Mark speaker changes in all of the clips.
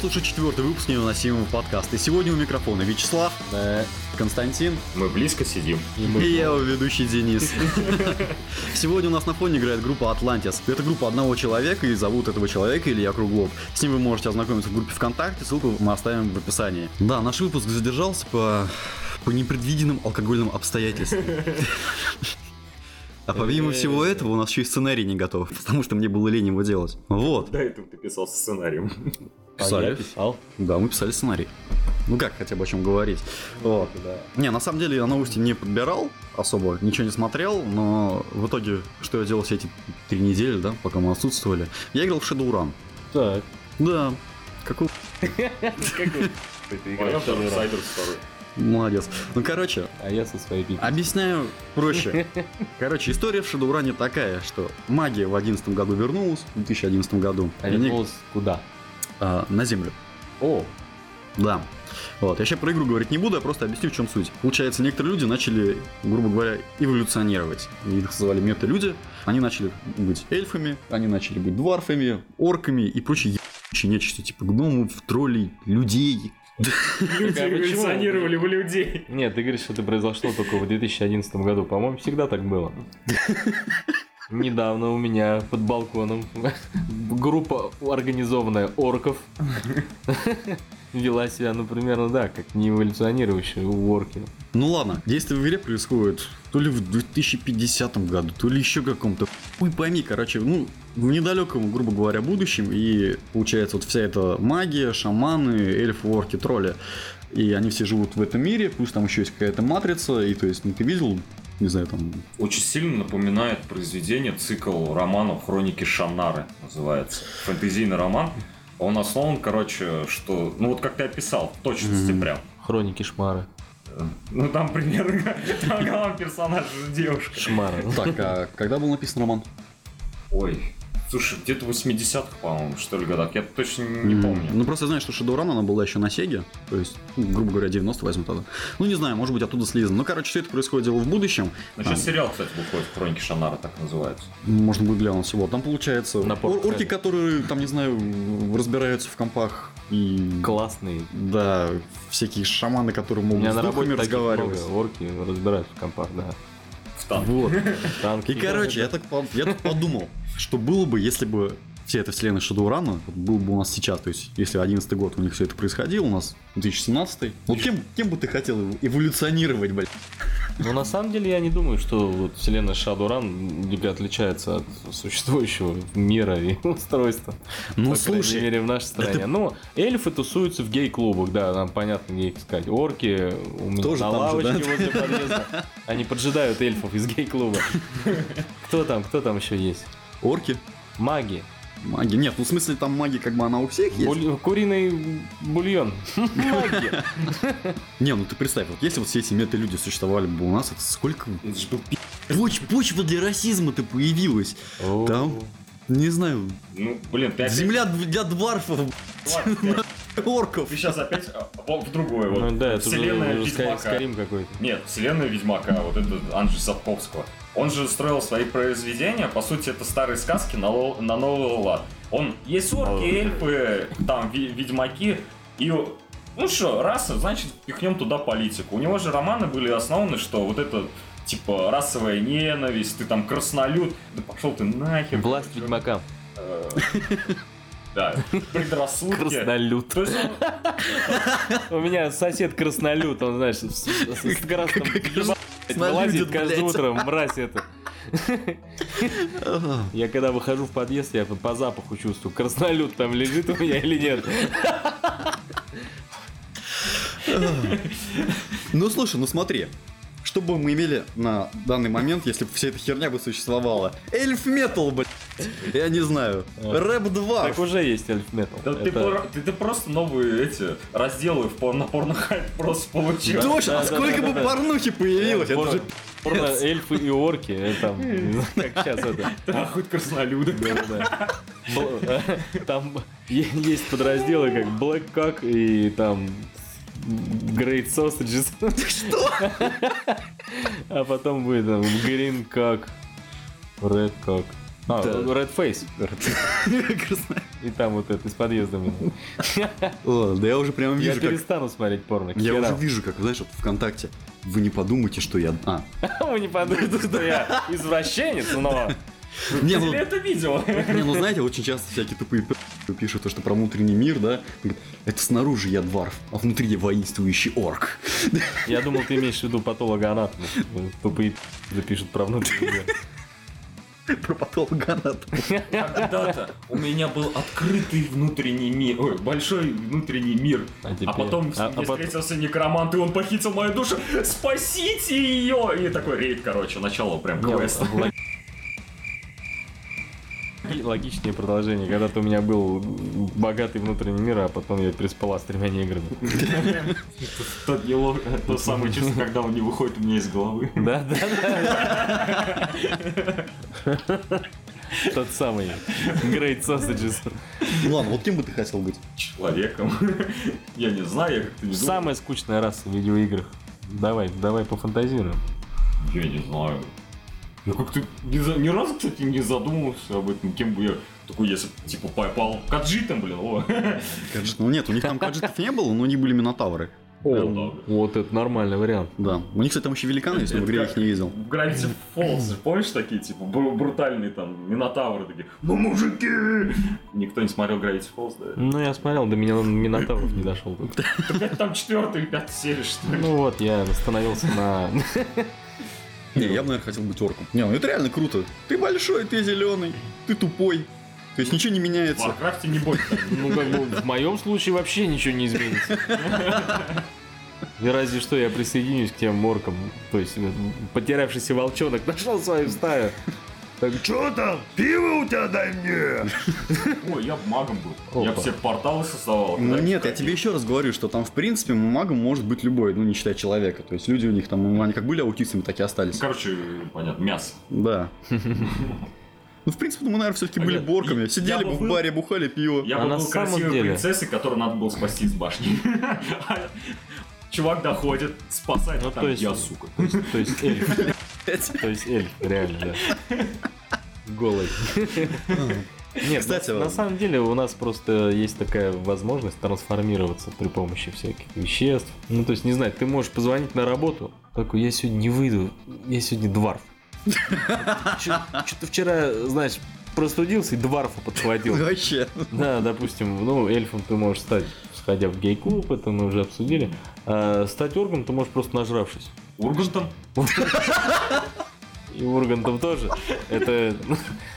Speaker 1: слушать четвертый выпуск невыносимого подкаста. И сегодня у микрофона Вячеслав,
Speaker 2: Да,
Speaker 1: Константин
Speaker 3: Мы близко сидим.
Speaker 2: и
Speaker 1: и
Speaker 2: мы.
Speaker 1: я, его ведущий Денис. Сегодня у нас на фоне играет группа Atlantis. Это группа одного человека, и зовут этого человека Илья Круглов. С ним вы можете ознакомиться в группе ВКонтакте, ссылку мы оставим в описании. Да, наш выпуск задержался по, по непредвиденным алкогольным обстоятельствам. А помимо всего этого у нас еще и сценарий не готов, потому что мне было лень его делать. Вот.
Speaker 3: До этого ты писал со сценарием.
Speaker 2: А я
Speaker 1: Писали.
Speaker 2: писал.
Speaker 1: Да, мы писали сценарий. Ну как хотя бы о чем говорить. Вот.
Speaker 2: Да.
Speaker 1: Не, на самом деле я новости не подбирал особо, ничего не смотрел, но в итоге, что я делал все эти три недели, да, пока мы отсутствовали, я играл в Shadowrun.
Speaker 2: Так.
Speaker 1: Да, какой
Speaker 3: Ты играл там в Сайдер второй.
Speaker 1: молодец. Ну, короче,
Speaker 2: А я со своей битвой.
Speaker 1: объясняю проще. Короче, история в Shadowrun такая, что магия в одиннадцатом году вернулась, в 2011 году,
Speaker 2: А
Speaker 1: и они,
Speaker 2: вернулась куда?
Speaker 1: а, на Землю.
Speaker 2: О,
Speaker 1: Да. Вот, я сейчас про игру говорить не буду, я просто объясню, в чем суть. Получается, некоторые люди начали, грубо говоря, эволюционировать. Их называли мета-люди. Они начали быть эльфами, они начали быть дварфами, орками и прочей ебучей нечисти, типа гномов, троллей, людей.
Speaker 3: Люди
Speaker 2: а почему?
Speaker 3: эволюционировали в людей.
Speaker 2: нет, ты говоришь, что это произошло только в 2011 году. По-моему, всегда так было. Недавно у меня под балконом группа организованная орков вела себя, ну, примерно, да, как не эволюционирующие орки.
Speaker 1: Ну ладно, действие в игре происходит то ли в 2050 году, то ли еще каком-то. Хуй пойми, короче, ну, в недалеком, грубо говоря, будущем. И получается вот вся эта магия, шаманы, эльфы, орки, тролли. И они все живут в этом мире, плюс там еще есть какая-то матрица. И то есть, ну ты видел, не знаю, там...
Speaker 3: Очень сильно напоминает произведение цикл романов «Хроники Шаннары» называется. Фэнтезийный роман. Он основан, короче, что... Ну вот как ты описал, в точности
Speaker 1: Мгм.
Speaker 3: прям.
Speaker 2: Хроники Шмары.
Speaker 3: Ну там примерно там главный персонаж девушка.
Speaker 2: Шмара.
Speaker 1: Так, а когда был написан роман?
Speaker 3: Ой, слушай, где-то в 80-х, по-моему, что ли, годах. Я точно не
Speaker 1: М,
Speaker 3: помню.
Speaker 1: Ну просто я знаю, что Shadowrun она была еще на Сеге, то есть, ну, грубо говоря, 90 возьму тогда. Ну не знаю, может быть оттуда слизан. Ну короче, все это происходило в будущем.
Speaker 3: Ну, сейчас сериал, кстати, выходит «Хроники Шаннара», так называется.
Speaker 1: Можно будет глянуть всего. Там получается
Speaker 2: На
Speaker 1: ор-
Speaker 2: порт,
Speaker 1: орки,
Speaker 2: да.
Speaker 1: которые там, не знаю, разбираются в компах и
Speaker 2: Классный.
Speaker 1: да, всякие шаманы, которые
Speaker 2: У
Speaker 1: могут
Speaker 2: меня
Speaker 1: с
Speaker 2: на
Speaker 1: духами
Speaker 2: работе таких
Speaker 1: разговаривать.
Speaker 2: много. Орки разбирают в компах, да.
Speaker 3: В танке.
Speaker 1: Вот.
Speaker 2: Танки.
Speaker 1: И короче, я так, по- я так подумал, что было бы, если бы вся эта вселенная Шадоурана вот, был бы у нас сейчас, то есть если 11 год у них все это происходило, у нас 2017 вот кем, кем бы ты хотел эволюционировать, блядь?
Speaker 2: Ну, на самом деле, я не думаю, что вот вселенная Shadowrun дико отличается от существующего мира и устройства.
Speaker 1: Ну,
Speaker 2: По крайней
Speaker 1: слушай,
Speaker 2: мере, в нашей стране. Ну, эльфы тусуются в гей-клубах, да, нам понятно, где их искать. Орки у меня
Speaker 1: Тоже
Speaker 2: на
Speaker 1: там же,
Speaker 2: лавочке
Speaker 1: да?
Speaker 2: возле подъезда. Они поджидают эльфов из гей-клуба. Кто там, кто там еще есть?
Speaker 1: Орки?
Speaker 2: Маги.
Speaker 1: Маги? Нет, ну в смысле там маги как бы она у всех есть?
Speaker 2: Буль- Куриный бульон. Маги.
Speaker 1: Не, ну ты представь, вот если вот все эти мета-люди существовали бы у нас, это сколько...
Speaker 3: Это ж был пи***.
Speaker 1: Поч- почва для расизма-то появилась. Там, не знаю,
Speaker 3: Ну, блин, ты опять...
Speaker 1: земля дв- для дварфов,
Speaker 3: Ладно, ты-
Speaker 1: орков.
Speaker 3: Ты сейчас опять а, во- в другое. Вот.
Speaker 2: Ну да, это уже-
Speaker 3: вселенная
Speaker 2: уже Скай-
Speaker 3: Ведьмака.
Speaker 2: Скайрим какой-то.
Speaker 3: Нет, вселенная Ведьмака, вот это Анджи Сапковского. Он же строил свои произведения, по сути, это старые сказки на, ло- на новый лад. Он есть орки, эльфы, там ви- ведьмаки, и ну что, раса, значит, пихнем туда политику. У него же романы были основаны, что вот это типа расовая ненависть, ты там краснолюд, да пошел ты нахер.
Speaker 2: Власть ведьмака.
Speaker 3: Э, Да, предрассудки.
Speaker 2: Краснолюд.
Speaker 3: То есть он-
Speaker 2: У меня сосед краснолюд, он, знаешь, с, с- с красным ебалом, блядь,
Speaker 1: краснолюдит,
Speaker 2: вылазит каждое
Speaker 1: блядь.
Speaker 2: утро, мразь это.
Speaker 1: Ага.
Speaker 2: Я когда выхожу в подъезд, я по, по запаху чувствую, краснолюд там лежит у меня или нет.
Speaker 1: Ну слушай, ну смотри, что бы мы имели на данный момент, если бы вся эта херня бы существовала? Эльф метал, блядь. Я не знаю. Рэп 2.
Speaker 2: Так уже есть эльф метал.
Speaker 3: Да ты,
Speaker 2: Это-
Speaker 3: пор- ты- ты просто новые эти разделы в пор- на порнохайп просто получил.
Speaker 1: Дочь, а
Speaker 2: Да, да,
Speaker 1: сколько
Speaker 2: да,
Speaker 1: бы
Speaker 2: да, да.
Speaker 1: порнухи появилось? Это
Speaker 2: Порно-
Speaker 1: же
Speaker 2: порно эльфы и орки, это там, не знаю, как сейчас это.
Speaker 3: Да, хоть краснолюды.
Speaker 2: Да-да-да. Бл- э, Там е- есть подразделы, как Black Cock и там Great Sausages.
Speaker 1: что?
Speaker 2: А потом будет там Green Cock, Red Cock. А,
Speaker 1: Да.
Speaker 2: Red Face.
Speaker 1: Красно-
Speaker 2: И там вот это из подъезда было.
Speaker 1: Ладно, да я уже прям
Speaker 2: Я
Speaker 1: вижу, как...
Speaker 2: перестану смотреть порно. к
Speaker 1: Я уже
Speaker 2: херам.
Speaker 1: вижу, как, знаешь, вот ВКонтакте. Вы не подумайте, что я... А.
Speaker 2: Вы не подумайте, что я извращенец, но...
Speaker 1: Не,
Speaker 3: Ты
Speaker 1: ну,
Speaker 3: это видел?
Speaker 1: не, ну, знаете, очень часто всякие тупые пи***ы пишут, то, что про внутренний мир, да? Говорят, это снаружи я дворф, а внутри я воинствующий орк.
Speaker 2: Я думал, ты имеешь в виду патологоанатома. Тупые запишут про внутренний мир.
Speaker 1: Про патологоанатома.
Speaker 3: Когда-то у меня был открытый внутренний мир, ой, большой внутренний мир.
Speaker 2: А
Speaker 3: А,
Speaker 2: теперь-
Speaker 3: потом
Speaker 2: а- а
Speaker 3: мне
Speaker 2: пот-
Speaker 3: встретился некромант, и он похитил мою душу. Спасите ее! И такой рейд, короче, начало прям
Speaker 2: Не,
Speaker 3: квеста.
Speaker 2: л- л- Логичнее продолжение. Когда-то у меня был богатый внутренний мир, а потом я переспала с тремя неграми.
Speaker 3: Тот нелов- то самое чувство, когда он не выходит у меня из головы.
Speaker 2: Да, да, да. Тот самый. Great Sausages.
Speaker 1: Ну, Ладно, вот кем бы ты хотел быть?
Speaker 3: Человеком. Я не знаю, я как-то не думал.
Speaker 2: Самая скучная раса в видеоиграх. Давай, давай пофантазируем.
Speaker 3: Я не знаю. Я как-то ни, за- ни разу, кстати, не задумывался об этом, кем бы я такой, если б, типа попал каджитом, блин, о.
Speaker 1: Гаджет- Ну нет, у них там гаджетов не было, но они были минотавры.
Speaker 3: О,
Speaker 2: вот это нормальный вариант.
Speaker 1: Да. У них, кстати, там еще великаны, если в
Speaker 3: Это
Speaker 1: игре я
Speaker 3: как
Speaker 1: их не видел.
Speaker 3: В Gravity Falls, же помнишь, такие, типа, бру- брутальные там минотавры такие, ну, мужики! Никто не смотрел Gravity Falls, да?
Speaker 2: Ну, я смотрел, до меня Минотавров не дошел.
Speaker 3: Это там четвертая или пятая серия, что ли?
Speaker 2: Ну вот, я остановился на...
Speaker 1: Не, я бы, наверное, хотел быть орком. Не, ну это реально круто. Ты большой, ты зеленый, ты тупой. То есть ничего не
Speaker 3: В
Speaker 1: меняется.
Speaker 3: Варкрафте не бойся.
Speaker 2: Ну, как бы, в моем случае вообще ничего не изменится. И разве что я присоединюсь к тем моркам. То есть, э, потерявшийся волчонок нашел свою стаю. Так, что там? Пиво у тебя дай мне!
Speaker 3: Ой, я б магом был. Я
Speaker 2: Опа.
Speaker 3: бы все порталы создавал.
Speaker 1: Ну
Speaker 3: когда
Speaker 1: нет, я
Speaker 3: какие-то
Speaker 1: тебе еще раз говорю, что там, в принципе, магом может быть любой, ну не считая человека. То есть люди у них там, ну, они как были аутистами, так и остались.
Speaker 3: Короче, понятно, мясо.
Speaker 1: Да. Ну, в принципе, мы, наверное, все-таки были
Speaker 3: Понятно.
Speaker 1: борками.
Speaker 3: Я
Speaker 1: Сидели
Speaker 3: бы
Speaker 1: бы в
Speaker 3: был-
Speaker 1: баре, бухали пиво.
Speaker 3: Я
Speaker 2: А
Speaker 3: бы
Speaker 2: на
Speaker 3: был
Speaker 2: самом
Speaker 3: красивой
Speaker 2: деле-
Speaker 3: принцессой, которую надо было спасти из башни. Чувак доходит, спасает,
Speaker 2: Ну,
Speaker 3: а
Speaker 2: то
Speaker 3: там
Speaker 2: есть-
Speaker 3: я, сука.
Speaker 2: То есть эльф. То есть эльф, реально, да. Голый. Нет,
Speaker 1: Кстати,
Speaker 2: на,
Speaker 1: вот-
Speaker 2: на самом деле у нас просто есть такая возможность трансформироваться при помощи всяких веществ. Ну, то есть, не знаю, ты можешь позвонить на работу, такой, я сегодня не выйду, я сегодня дварф. Что-то вчера, знаешь, простудился и дварфа подхватил.
Speaker 1: Вообще.
Speaker 2: Да, допустим, ну, эльфом ты можешь стать, сходя в гей-клуб, это мы уже обсудили. А стать оргом ты можешь просто нажравшись.
Speaker 3: Ургантом?
Speaker 2: И Ургантом тоже. Это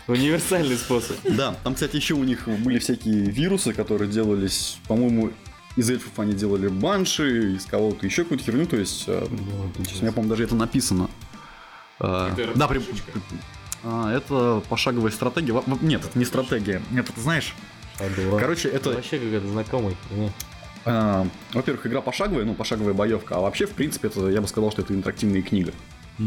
Speaker 2: универсальный способ.
Speaker 1: Да, там, кстати, еще у них были всякие вирусы, которые делались, по-моему, из эльфов они делали банши, из кого-то еще какую-то херню, то есть, э, сейчас у меня, по-моему, даже это написано. Э,
Speaker 3: Это
Speaker 1: Да, при-
Speaker 3: ракушечка.
Speaker 1: А, это пошаговая стратегия. Во- во- Нет, это не стратегия. Нет, это знаешь.
Speaker 2: А, дурак.
Speaker 1: Короче, это,
Speaker 2: Вообще какая-то знакомая. херня.
Speaker 1: э, во-первых, игра пошаговая, ну, пошаговая боевка, а вообще, в принципе, это, я бы сказал, что это интерактивная книга.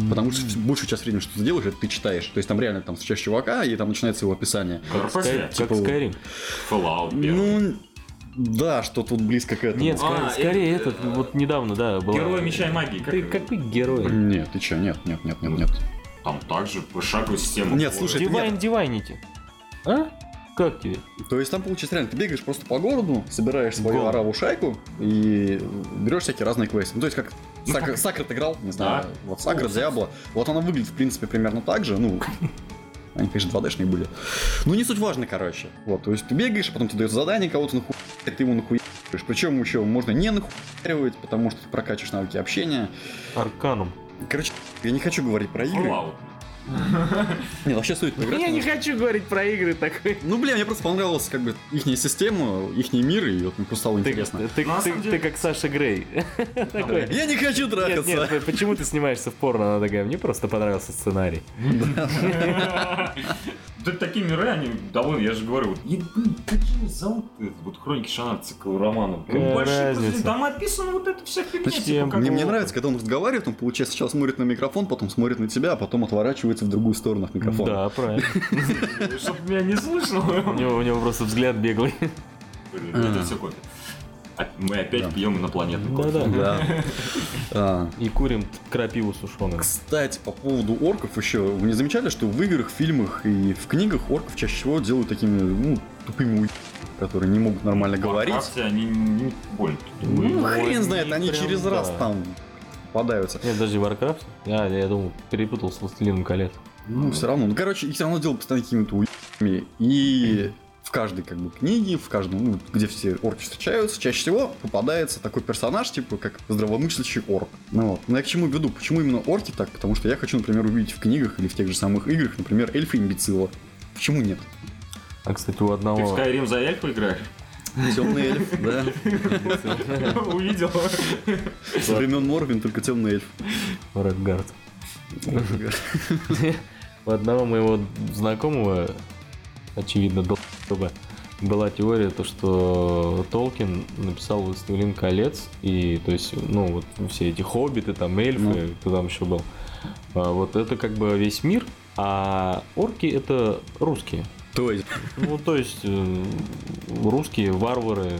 Speaker 1: Потому что большую часть времени, что ты делаешь, это ты читаешь. То есть там реально там встречаешь чувака, и там начинается его описание.
Speaker 3: Как
Speaker 2: Скай-
Speaker 3: Fallout
Speaker 2: Как
Speaker 1: типа,
Speaker 2: Skyrim.
Speaker 3: первый.
Speaker 1: Ну, да, что тут близко к этому.
Speaker 2: Нет, Sky-
Speaker 3: А,
Speaker 2: скорее
Speaker 3: э,
Speaker 2: этот,
Speaker 3: э,
Speaker 2: вот недавно, да, была.
Speaker 3: Герой меча и магии. как
Speaker 2: Ты
Speaker 3: его?
Speaker 2: какой герой?
Speaker 1: Нет, ты че, нет, нет, нет, нет, нет.
Speaker 3: Там также пошаговая система.
Speaker 1: Нет, слушай, это
Speaker 2: Дивайн
Speaker 1: нет.
Speaker 2: Дивайните. А? Как тебе?
Speaker 1: То есть там получается реально, ты бегаешь просто по городу, собираешь свою
Speaker 2: Гол.
Speaker 1: ораву шайку и берешь всякие разные квесты. Ну, то есть как Сакра- Сакрат играл, не знаю,
Speaker 3: Да.
Speaker 1: вот Сакрат, Диабло. Вот она выглядит, в принципе, примерно так же, ну... Они, конечно, 2D-шные были. Ну, не суть важно, короче. Вот, то есть ты бегаешь, а потом тебе дают задание, кого-то нахуй, ты его нахуй. Причем еще можно не нахуяривать, потому что ты прокачиваешь навыки общения.
Speaker 2: Арканум.
Speaker 1: Короче, я не хочу говорить про игры.
Speaker 3: Fallout.
Speaker 1: Ну, Не, вообще стоит поиграть.
Speaker 2: Я
Speaker 1: но-
Speaker 2: не хочу говорить про игры такой.
Speaker 1: Ну, блин, мне просто понравилась как бы их система, их мир, и вот мне просто стало
Speaker 2: Ты,
Speaker 1: интересно.
Speaker 2: ты- ты-
Speaker 3: На самом
Speaker 2: ты
Speaker 3: деле-
Speaker 2: как Саша Грей. Такой.
Speaker 1: Я не хочу
Speaker 2: Нет,
Speaker 1: трахаться.
Speaker 2: нет, почему ты снимаешься в порно? Она такая, мне просто понравился сценарий.
Speaker 3: Да такие миры, они довольно, я же говорю, вот, е- блин, какие зовут это, вот хроники Шанар, цикл романов.
Speaker 2: Какая
Speaker 3: Большие
Speaker 2: разница?
Speaker 3: пузыри, Там описано вот это вся фигня,
Speaker 2: Почти
Speaker 3: типа, как
Speaker 1: Мне, мне
Speaker 3: вот-
Speaker 1: нравится, когда он разговаривает, он, получается, сначала смотрит на микрофон, потом смотрит на тебя, а потом отворачивается в другую сторону от микрофона.
Speaker 2: Да, правильно.
Speaker 3: Чтоб меня не слышно.
Speaker 2: У него, у него просто взгляд беглый.
Speaker 3: Это все кофе. А Мы опять
Speaker 1: Да.
Speaker 3: пьем инопланетный кофе.
Speaker 2: Да-да.
Speaker 1: Да. А,
Speaker 2: И курим крапиву сушеную.
Speaker 1: Кстати, по поводу орков еще. Вы не замечали, что в играх, фильмах и в книгах орков чаще всего делают такими, ну, тупыми уй- которые не могут нормально
Speaker 3: В
Speaker 1: говорить.
Speaker 3: Варкрафте Они не больно.
Speaker 1: Ну,
Speaker 2: Ну,
Speaker 1: хрен
Speaker 2: они
Speaker 1: знает, они
Speaker 2: прям,
Speaker 1: через раз
Speaker 2: да.
Speaker 1: там попадаются.
Speaker 2: Нет, даже Warcraft. А, я думал, перепутал с Властелином колец.
Speaker 1: Ну, все равно. Ну, короче, их все равно делают постоянно какими-то уебами. И в каждой, как бы, книге, в каждом, ну, где все орки встречаются, чаще всего попадается такой персонаж, типа, как здравомыслящий орк. Ну вот. Но я к чему веду? Почему именно орки так? Потому что я хочу, например, увидеть в книгах или в тех же самых играх, например, эльфа-имбецила. Почему нет?
Speaker 2: А, кстати, у
Speaker 3: Ты в
Speaker 2: одного...
Speaker 3: Skyrim за эльфа играешь?
Speaker 1: Темный эльф, да.
Speaker 3: Увидел.
Speaker 1: Со времен Морвин только темный эльф.
Speaker 2: Редгард. У одного моего знакомого, очевидно, долго была теория, то, что Толкин написал «Властелин колец», и, то есть, ну, вот все эти хоббиты, там, эльфы,
Speaker 1: Ну.
Speaker 2: кто там еще был, А, вот это как бы весь мир, а орки — это русские.
Speaker 1: То есть,
Speaker 2: Ну, то есть, э, русские варвары,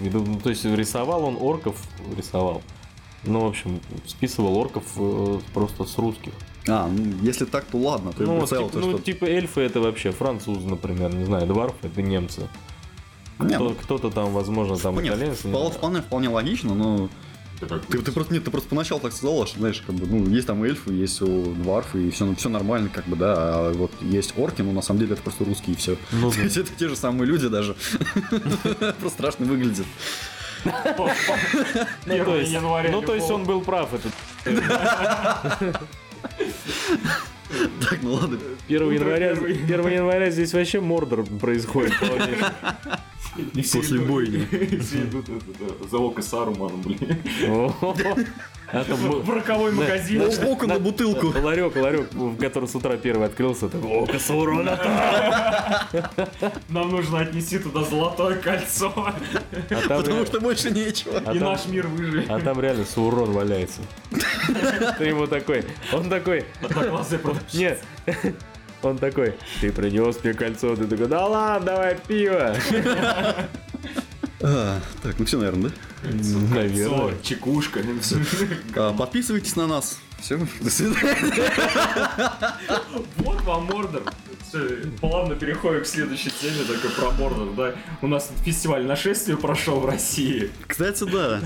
Speaker 2: веду- ну, то есть, рисовал он орков, рисовал, ну, в общем, списывал орков э, просто с русских.
Speaker 1: а, ну, если так, то ладно, то я
Speaker 2: Ну,
Speaker 1: представил
Speaker 2: типа,
Speaker 1: то,
Speaker 2: ну,
Speaker 1: что...
Speaker 2: типа эльфы это вообще французы, например, не знаю, дварфы это немцы.
Speaker 1: Не,
Speaker 2: Кто-
Speaker 1: ну,
Speaker 2: Кто-то там, возможно, там
Speaker 1: нет,
Speaker 2: итальянцы. Ну, не
Speaker 1: впол-
Speaker 2: знаю.
Speaker 1: вполне, вполне логично, но ты, ты просто нет, ты просто поначалу так сказала, что знаешь, как бы, ну, есть там эльфы, есть у дварфы, и все, все нормально, как бы, да, а вот есть орки, но на самом деле это просто русские и все.
Speaker 2: Ну,
Speaker 1: То есть это те же самые люди даже. Просто страшно выглядит.
Speaker 2: Ну, то
Speaker 3: 1
Speaker 2: есть,
Speaker 3: января
Speaker 2: ну, то есть
Speaker 3: любого.
Speaker 2: он был прав, этот
Speaker 1: Так, ну ладно.
Speaker 2: 1
Speaker 3: Утро
Speaker 2: января,
Speaker 3: первый.
Speaker 2: 1 января здесь вообще мордор происходит.
Speaker 3: И все
Speaker 1: после
Speaker 3: идут-
Speaker 1: бойни.
Speaker 3: и все идут, это, это, За око Сарумана, блин.
Speaker 2: О, а там был-
Speaker 3: В роковой магазин.
Speaker 1: О- Око на бутылку.
Speaker 2: Ларек, ларек, в который с утра первый открылся, так, о, а Касаурона,
Speaker 3: Нам нужно отнести туда золотое кольцо.
Speaker 2: а там,
Speaker 1: Потому
Speaker 2: ре-
Speaker 1: что больше нечего.
Speaker 2: А
Speaker 3: И
Speaker 2: там-
Speaker 3: наш мир выживет.
Speaker 2: а там реально Саурон валяется. Ты ему такой, он такой,
Speaker 3: А, Одноглазый продавщица.
Speaker 2: Нет. Он такой, ты принес мне кольцо, ты такой, да ладно, давай пиво.
Speaker 1: А, Так, ну все, наверное, да?
Speaker 2: Наверное.
Speaker 3: Кольцо, Чекушка.
Speaker 1: А, Подписывайтесь на нас. Все, до свидания.
Speaker 3: Вот вам Мордор. Всё, Плавно переходим к следующей теме, такой про Мордор, да. У нас тут фестиваль нашествия прошел в России.
Speaker 1: Кстати, да.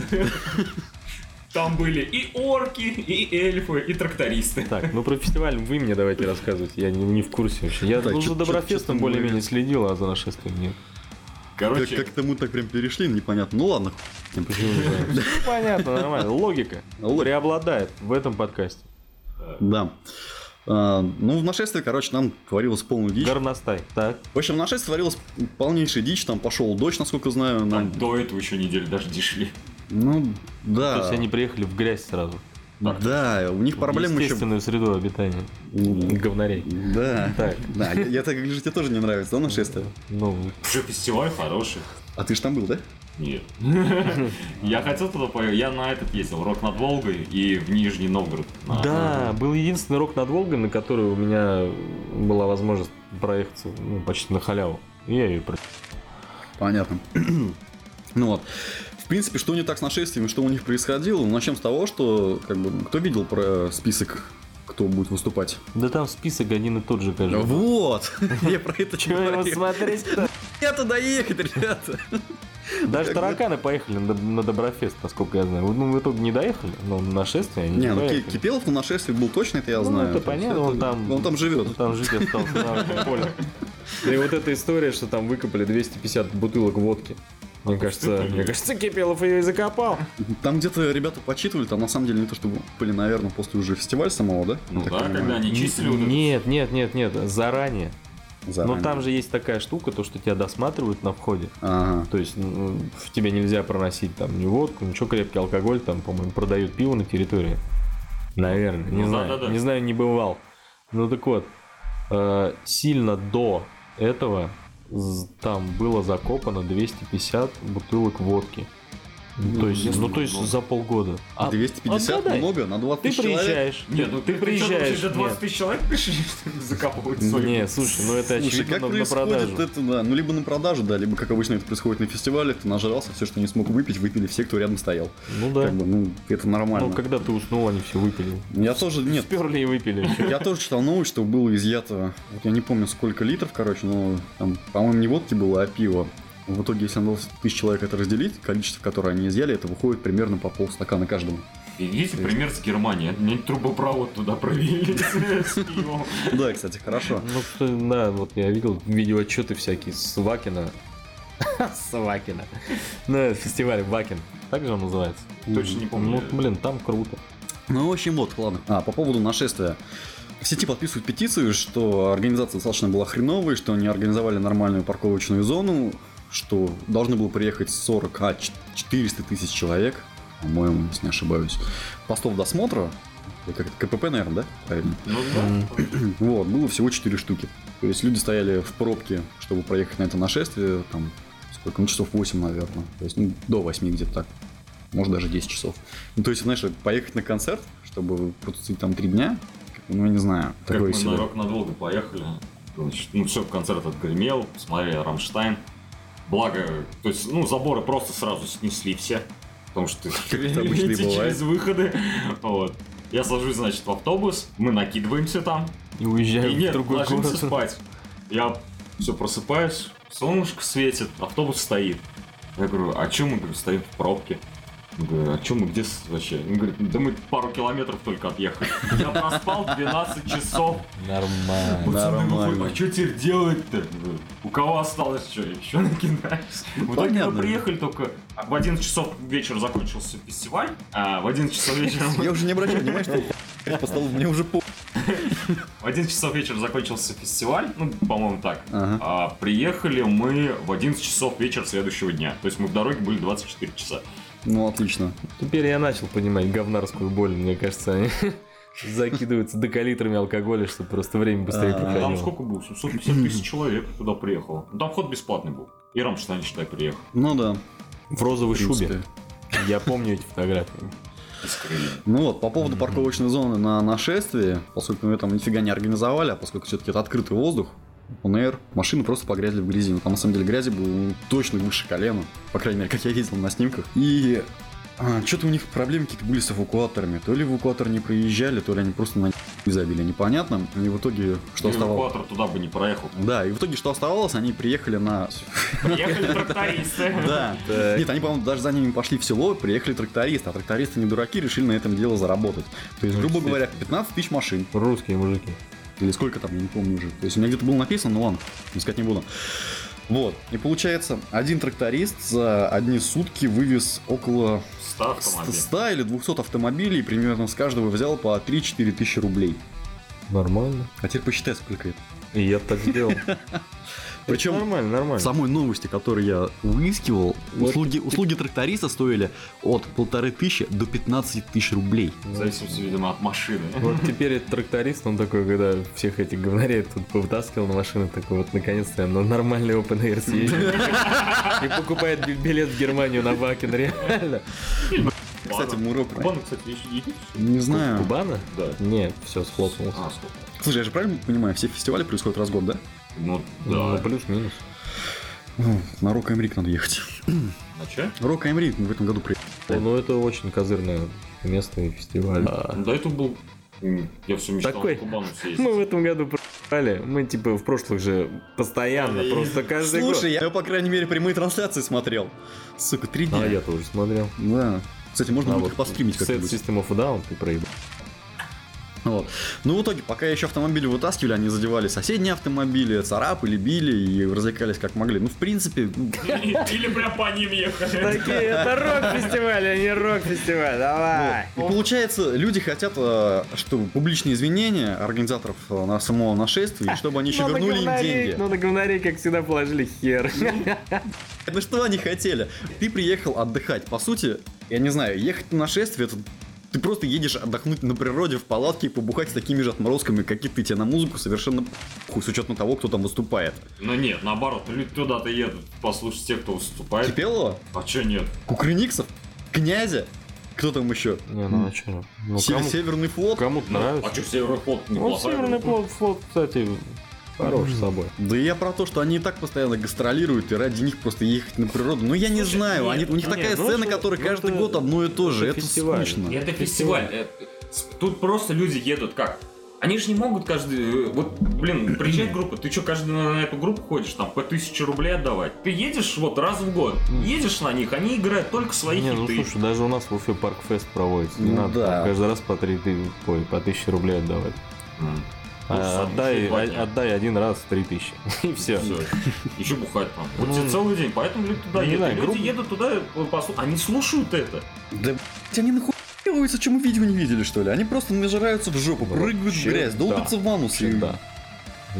Speaker 3: Там были и орки, и эльфы, и трактористы.
Speaker 2: Так, ну про фестиваль вы мне давайте рассказывать, я не, не в курсе вообще. Я
Speaker 1: Так,
Speaker 2: ну,
Speaker 1: чё-
Speaker 2: за
Speaker 1: чё-
Speaker 2: Доброфестом
Speaker 1: чё-то
Speaker 2: более-менее следил, а за нашествием нет.
Speaker 1: Как-
Speaker 3: Короче,
Speaker 1: Как-то мы так прям перешли, непонятно. Ну ладно, хуй с ним.
Speaker 2: Почему не знаю. Ну, Понятно, нормально. Логика
Speaker 1: Логика.
Speaker 2: преобладает в этом подкасте.
Speaker 1: Да. А, ну, в нашествии, короче, нам творилось полную дичь.
Speaker 2: Горностай. Так,
Speaker 1: В общем, в нашествии творилось полнейшая дичь, там пошел дождь, насколько знаю,
Speaker 3: там
Speaker 1: нам...
Speaker 3: до этого еще недели даже дешевле.
Speaker 1: Ну,
Speaker 2: то
Speaker 1: да.
Speaker 2: есть они приехали в грязь сразу.
Speaker 1: Да, у них
Speaker 2: Проблема
Speaker 1: проблемы еще...
Speaker 2: естественную среду обитания.
Speaker 1: М,
Speaker 2: Говнарей.
Speaker 1: Да.
Speaker 2: Так.
Speaker 1: Да, я, я так гляжу, тебе тоже не нравится, да, нашествие?
Speaker 2: Ну,
Speaker 3: Уже фестиваль хороший.
Speaker 1: А ты же там был, да?
Speaker 3: Нет. Я хотел туда поехать. Я на этот ездил, Рок над Волгой и в Нижний Новгород. На-
Speaker 2: Да, а, был единственный рок над Волгой, на который у меня была возможность проехаться ну, почти на халяву. И я ее про...
Speaker 1: Понятно. ну вот. В принципе, что не так с нашествиями, что у них происходило, ну, начнем с того, что, как бы, кто видел про список, кто будет выступать?
Speaker 2: Да там список один и тот же, кажется.
Speaker 1: Вот! Я про это
Speaker 2: Чего его
Speaker 1: говорил.
Speaker 2: смотреть-то?
Speaker 1: Я туда ехать, ребята!
Speaker 2: Даже
Speaker 1: Как бы-
Speaker 2: тараканы поехали на, на Доброфест, насколько я знаю. Ну, в итоге не доехали, но на нашествие они
Speaker 1: Не, ну Ки-
Speaker 2: поехали.
Speaker 1: Кипелов на нашествии был точно, это я
Speaker 2: Ну,
Speaker 1: знаю.
Speaker 2: это понятно, он там-
Speaker 1: Он там живет.
Speaker 2: Он там жить остался, да, я понял. Да и вот эта история, что там выкопали 250 бутылок водки. Мне кажется, мне кажется, Кипелов ее и закопал.
Speaker 1: Там где-то ребята подсчитывали, там на самом деле не то, что были, наверное, после уже фестиваль самого, да?
Speaker 3: Ну
Speaker 1: Я так
Speaker 3: да,
Speaker 1: понимаю.
Speaker 3: когда они чистили вот это
Speaker 2: Нет, нет, нет, нет, заранее.
Speaker 1: Ну, Заранее.
Speaker 2: Но Ну, там же есть такая штука, то, что тебя досматривают на входе.
Speaker 1: Ага.
Speaker 2: То есть ну, в тебе нельзя проносить там ни водку, ничего крепкий алкоголь, там, по-моему, продают пиво на территории. Наверное, не
Speaker 3: Ну,
Speaker 2: знаю,
Speaker 3: да-да-да.
Speaker 2: не знаю, не бывал. Ну так вот, э, сильно до этого з- там было закопано 250 бутылок водки. Ну, то есть,
Speaker 3: если
Speaker 2: ну, то есть
Speaker 3: много.
Speaker 2: за полгода. А
Speaker 1: 250
Speaker 2: отгадай.
Speaker 1: много на 20
Speaker 2: Ты
Speaker 1: тысяч человек.
Speaker 2: приезжаешь. Нет, ну ты приезжаешь.
Speaker 3: Ты 20
Speaker 2: Нет,
Speaker 3: тысяч человек пришли, что ли, закапывать соль?
Speaker 2: Не, слушай, ну это
Speaker 1: Слушай, как
Speaker 2: очевидно на- на
Speaker 1: происходит
Speaker 2: продажу.
Speaker 1: это, да, ну либо на продажу, да, либо, как обычно это происходит на фестивале, ты нажрался, все, что не смог выпить, выпили все, кто рядом стоял.
Speaker 2: Ну да.
Speaker 1: Как бы, ну, это нормально.
Speaker 2: Ну когда ты уснул, они все выпили.
Speaker 1: Я тоже, нет,
Speaker 2: Сперли и выпили.
Speaker 1: Я тоже читал новость, что было изъято, вот я не помню сколько литров, короче, но там, по-моему, не водки было, а пиво. В итоге, если на 20 тысяч человек это разделить, количество, которое они изъяли, это выходит примерно по полстакана каждому.
Speaker 3: Видите, пример с Германии. Мне трубопровод туда провели. с пивом.
Speaker 1: Да, кстати, хорошо.
Speaker 2: Ну, кстати, да, вот я видел видеоотчеты всякие с Вакина. С Вакина. На фестивале Вакин. Так же он называется?
Speaker 3: Точно не
Speaker 2: Ну,
Speaker 3: помню.
Speaker 2: блин, там круто.
Speaker 1: Ну, в общем, вот, ладно. А, по поводу нашествия. В сети подписывают петицию, что организация достаточно была хреновой, что не организовали нормальную парковочную зону, что должно было приехать 40, а ч- 400 тысяч человек, по-моему, если не ошибаюсь, постов досмотра, Или как это, КПП, наверное, да? Правильно.
Speaker 3: Ну да.
Speaker 1: Вот, было всего 4 штуки. То есть люди стояли в пробке, чтобы проехать на это нашествие, там, сколько, ну, часов 8, наверное. То есть, ну, до 8 где-то так. Может, даже 10 часов. Ну, то есть, знаешь, поехать на концерт, чтобы потусить там 3 дня, ну, я не знаю,
Speaker 3: Как
Speaker 1: такое
Speaker 3: мы
Speaker 1: себе.
Speaker 3: на рок надолго поехали. Значит, ну, все, концерт отгремел, смотрели Рамштайн. Благо, то есть, ну, заборы просто сразу снесли все. Потому что
Speaker 1: это обычно и
Speaker 3: эти
Speaker 1: бывает.
Speaker 3: через выходы. Вот. Я сажусь, значит, в автобус, мы накидываемся там,
Speaker 2: И
Speaker 3: И
Speaker 2: уезжаю в
Speaker 3: нет,
Speaker 2: другой
Speaker 3: ложимся
Speaker 2: город.
Speaker 3: спать. Я все просыпаюсь, солнышко светит, автобус стоит. Я говорю, а чем мы говорю, стоим в пробке? Я говорю, а чем мы где с- вообще? Он говорит, да мы пару километров только отъехали. Я проспал 12 часов.
Speaker 2: Нормально.
Speaker 3: Пацаны
Speaker 1: Нормально.
Speaker 3: выходят, а что теперь делать-то? Я говорю, У кого осталось что, еще накидаешь? В итоге
Speaker 1: понятно.
Speaker 3: мы приехали только в 11 часов вечера закончился фестиваль, а в 11 часов вечера мы
Speaker 1: Я уже не обращаю внимания, что я по столу, мне уже по...
Speaker 3: В 11 часов вечера закончился фестиваль, ну, по-моему, так.
Speaker 1: Ага.
Speaker 3: А приехали мы в 11 часов вечера следующего дня. То есть мы в дороге были 24 часа.
Speaker 1: Ну, отлично.
Speaker 2: Теперь я начал понимать говнарскую боль, мне кажется, они закидываются декалитрами алкоголя, чтобы просто время быстрее
Speaker 1: А,
Speaker 2: проходило.
Speaker 3: Там сколько было? 750 тысяч человек туда приехало. Ну, Там вход бесплатный был. И Рамштайн, считай, приехал.
Speaker 1: Ну да.
Speaker 2: В розовой
Speaker 1: в принципе.
Speaker 2: шубе. Я помню эти фотографии.
Speaker 3: Из Крыма.
Speaker 1: Ну вот, по поводу парковочной зоны на нашествии, поскольку мы там нифига не организовали, а поскольку все-таки это открытый воздух, он air, машины просто погрязли в грязи. Ну, там на самом деле грязи было ну, точно выше колена, по крайней мере, как я видел на снимках. И что-то у них проблемы какие-то были с эвакуаторами. То ли эвакуаторы не проезжали, то ли они просто на них забили, непонятно. И в итоге что
Speaker 3: И
Speaker 1: оставалось?
Speaker 3: эвакуатор туда бы не проехал.
Speaker 1: Да, и в итоге что оставалось, они приехали на...
Speaker 3: Приехали трактористы.
Speaker 1: Да. Нет, они, по-моему, даже за ними пошли в село, приехали трактористы, а трактористы не дураки, решили на этом дело заработать. То есть,
Speaker 2: Ну,
Speaker 1: грубо говоря, 15 тысяч машин.
Speaker 2: Русские мужики.
Speaker 1: Или сколько там, я не помню уже. То есть у меня где-то было написано, но ладно, искать не буду. Вот. И получается, один тракторист за одни сутки вывез около
Speaker 3: Став автомобиль.
Speaker 1: 100 или 200 автомобилей, примерно с каждого взял по 3-4 тысячи рублей.
Speaker 2: Нормально.
Speaker 1: А теперь посчитай, сколько это.
Speaker 2: И я так сделал.
Speaker 1: Причем-
Speaker 2: Нормально,
Speaker 1: В
Speaker 2: нормально.
Speaker 1: самой новости, которую я выискивал,
Speaker 2: Вот.
Speaker 1: услуги, услуги тракториста стоили от полторы тысячи до 15 тысяч рублей.
Speaker 3: В зависимости, видимо, от машины.
Speaker 2: Вот теперь этот тракторист, он такой, когда всех этих говнарей тут повытаскивал на машину, такой вот, наконец-то я на нормальный open air съездил. И покупает б- билет в Германию на Вакен, реально.
Speaker 1: Кстати, Мурок.
Speaker 3: Кубана, кстати, еще едет?
Speaker 1: Не знаю.
Speaker 2: Кубана?
Speaker 3: Да.
Speaker 2: Нет, все, схлопнулся.
Speaker 3: А, сколько?
Speaker 1: Слушай, я же правильно понимаю, все фестивали происходят раз в год, да?
Speaker 3: Ну,
Speaker 2: Ну,
Speaker 3: да.
Speaker 2: плюс-минус.
Speaker 1: Ну, на Рок Эмрик надо ехать.
Speaker 3: А че?
Speaker 1: Рок Эмрик в этом году при...
Speaker 2: О, Ну, это очень козырное место и фестиваль. А,
Speaker 3: До этого был... м, Я все мечтал
Speaker 2: Такой.
Speaker 3: на Кубану съездить.
Speaker 1: Ну,
Speaker 2: Мы в этом году проебали. Мы, типа, в прошлых же постоянно,
Speaker 3: Блин.
Speaker 2: просто каждый
Speaker 1: Слушай, я, по крайней мере, прямые трансляции смотрел. Сука, три
Speaker 2: год.
Speaker 1: дня.
Speaker 2: А я тоже смотрел.
Speaker 1: Да. Кстати, можно будет их постримить
Speaker 2: Сет
Speaker 1: как-нибудь.
Speaker 2: System of a Down ты проебал.
Speaker 1: Вот. Ну, в итоге, пока еще автомобили вытаскивали, они задевали соседние автомобили, царапали, били и развлекались как могли. Ну, в принципе, ну,
Speaker 3: Или прям по ним ехали.
Speaker 2: Такие, это рок-фестиваль, а не рок-фестиваль, давай!
Speaker 1: И получается, люди хотят, э, чтобы публичные извинения организаторов э, на самого нашествия, и чтобы они еще вернули им деньги.
Speaker 2: Ну на говнарей, как всегда, положили хер.
Speaker 1: Ну что они хотели? Ты приехал отдыхать. По сути, я не знаю, ехать на нашествие это ты просто едешь отдохнуть на природе в палатке и побухать с такими же отморозками, какие ты тебе на музыку совершенно хуй с учетом того, кто там выступает.
Speaker 3: Ну нет, наоборот, люди туда-то едут послушать тех, кто выступает.
Speaker 1: Кипелова?
Speaker 3: А че нет?
Speaker 1: Кукрыниксов? князя, кто там еще?
Speaker 2: Не, ну а чё? Ну,
Speaker 1: Се-
Speaker 2: кому-
Speaker 1: Северный флот.
Speaker 2: Кому-то
Speaker 3: А
Speaker 2: нравится. Ну,
Speaker 3: что, Северный флот
Speaker 2: Вот
Speaker 3: неплохая
Speaker 2: Северный
Speaker 3: группа?
Speaker 2: флот, флот, кстати, хорош с собой.
Speaker 1: Да я про то, что они и так постоянно гастролируют, и ради них просто ехать на природу. Ну я не
Speaker 3: Слушай,
Speaker 1: знаю,
Speaker 3: нет,
Speaker 1: они, у них
Speaker 2: ну,
Speaker 1: такая
Speaker 2: нет, ну,
Speaker 1: сцена,
Speaker 2: это-
Speaker 1: которая
Speaker 2: ну,
Speaker 1: каждый
Speaker 2: это-
Speaker 1: год одно и то же.
Speaker 2: это
Speaker 1: Это
Speaker 2: фестиваль.
Speaker 1: скучно.
Speaker 3: Это
Speaker 2: Фестиваль.
Speaker 3: фестиваль. э, Тут просто люди едут как? Они же не могут каждый... э, Вот, блин, приезжает группа, ты что, каждый на на эту группу ходишь, там, по тысяче рублей отдавать? Ты едешь вот раз в год,
Speaker 2: Мгм.
Speaker 3: едешь на них, они играют только свои
Speaker 2: Не, ну
Speaker 3: хиты.
Speaker 2: слушай, даже у нас в Уфе Паркфест проводится. Не
Speaker 1: Ну
Speaker 2: надо
Speaker 1: да.
Speaker 2: там каждый раз по три ты- ой, по тысяче рублей отдавать.
Speaker 3: М.
Speaker 2: А,
Speaker 3: Ну, сам
Speaker 2: отдай,
Speaker 3: фестиваль,
Speaker 2: а-
Speaker 3: да.
Speaker 2: отдай один раз три тысячи. И все.
Speaker 3: Еще бухать там.
Speaker 2: Ну,
Speaker 3: Вот тебе целый день, поэтому люди туда
Speaker 2: не
Speaker 3: едут.
Speaker 2: знаю,
Speaker 3: Люди
Speaker 2: группа-
Speaker 3: едут туда, э, по су- они слушают это.
Speaker 1: Да блядь, они нахуй делаются, чем мы видео не видели, что ли? Они просто нажираются в жопу,
Speaker 2: Ну,
Speaker 1: прыгают в
Speaker 2: вообще,
Speaker 1: грязь,
Speaker 2: да.
Speaker 1: долбятся в ванус. и-
Speaker 2: Да.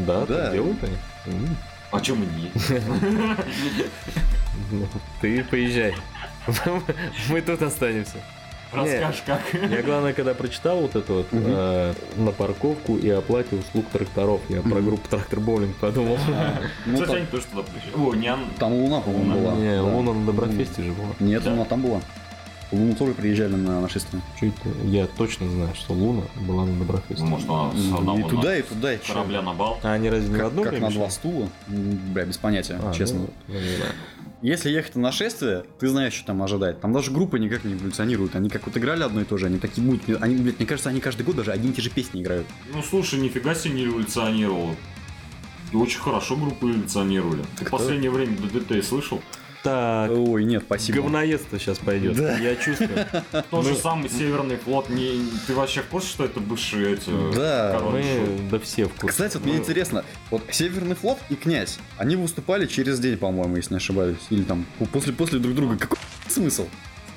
Speaker 2: Да,
Speaker 1: Да.
Speaker 2: так делают они. М.
Speaker 3: А чем мы не едем?
Speaker 2: Ну, Ты поезжай. Мы тут останемся.
Speaker 3: Расскажешь как.
Speaker 1: Ну,
Speaker 2: Я, главное, когда прочитал вот это вот
Speaker 1: Мгм.
Speaker 2: э, на парковку и оплате услуг тракторов, я про
Speaker 1: Мгм.
Speaker 2: группу Трактор Боулинг подумал.
Speaker 1: Ну,
Speaker 3: Кстати,
Speaker 1: там-
Speaker 3: они тоже туда приезжают. О, не он.
Speaker 1: Там Луна, по-моему,
Speaker 3: Луна.
Speaker 1: была.
Speaker 2: Не,
Speaker 1: да.
Speaker 2: Луна на Доброфесте же была.
Speaker 1: Нет,
Speaker 3: Да.
Speaker 1: Луна там была. Луну тоже приезжали на нашествие.
Speaker 2: Чуть я точно знаю, что Луна была на Доброфесте.
Speaker 3: Ну, может, она с
Speaker 1: И
Speaker 3: одного
Speaker 1: туда, и туда, и чё?
Speaker 3: корабля на бал.
Speaker 2: А они разве не
Speaker 1: Как,
Speaker 2: в одно
Speaker 1: как
Speaker 2: время
Speaker 1: на
Speaker 2: шли?
Speaker 1: два стула? М, Бля, без понятия,
Speaker 2: А, ну,
Speaker 1: честно.
Speaker 2: я не знаю.
Speaker 1: Если ехать на нашествие, ты знаешь, что там ожидать. Там даже группы никак не эволюционируют. Они как вот играли одно и то же, они такие будут. Они, блядь, мне кажется, они каждый год даже одни и те же песни играют.
Speaker 3: Ну слушай, нифига себе не эволюционировало. И очень хорошо группы эволюционировали. Ты в
Speaker 1: Кто?
Speaker 3: последнее время ДДТ слышал?
Speaker 2: Так,
Speaker 1: Ой, нет, спасибо.
Speaker 2: говноедство сейчас пойдет.
Speaker 1: Да.
Speaker 2: Я чувствую.
Speaker 3: Тот
Speaker 2: Мы-
Speaker 3: же самый Северный флот. Не... Ты вообще в курсе, что это бывшие эти...
Speaker 1: Да.
Speaker 3: король шут?
Speaker 2: Мы да все в курсе.
Speaker 1: Кстати, вот мне
Speaker 2: Мы-
Speaker 1: интересно, вот Северный флот и князь, они выступали через день, по-моему, если не ошибаюсь. Или там по- после, после друг друга. Какой смысл?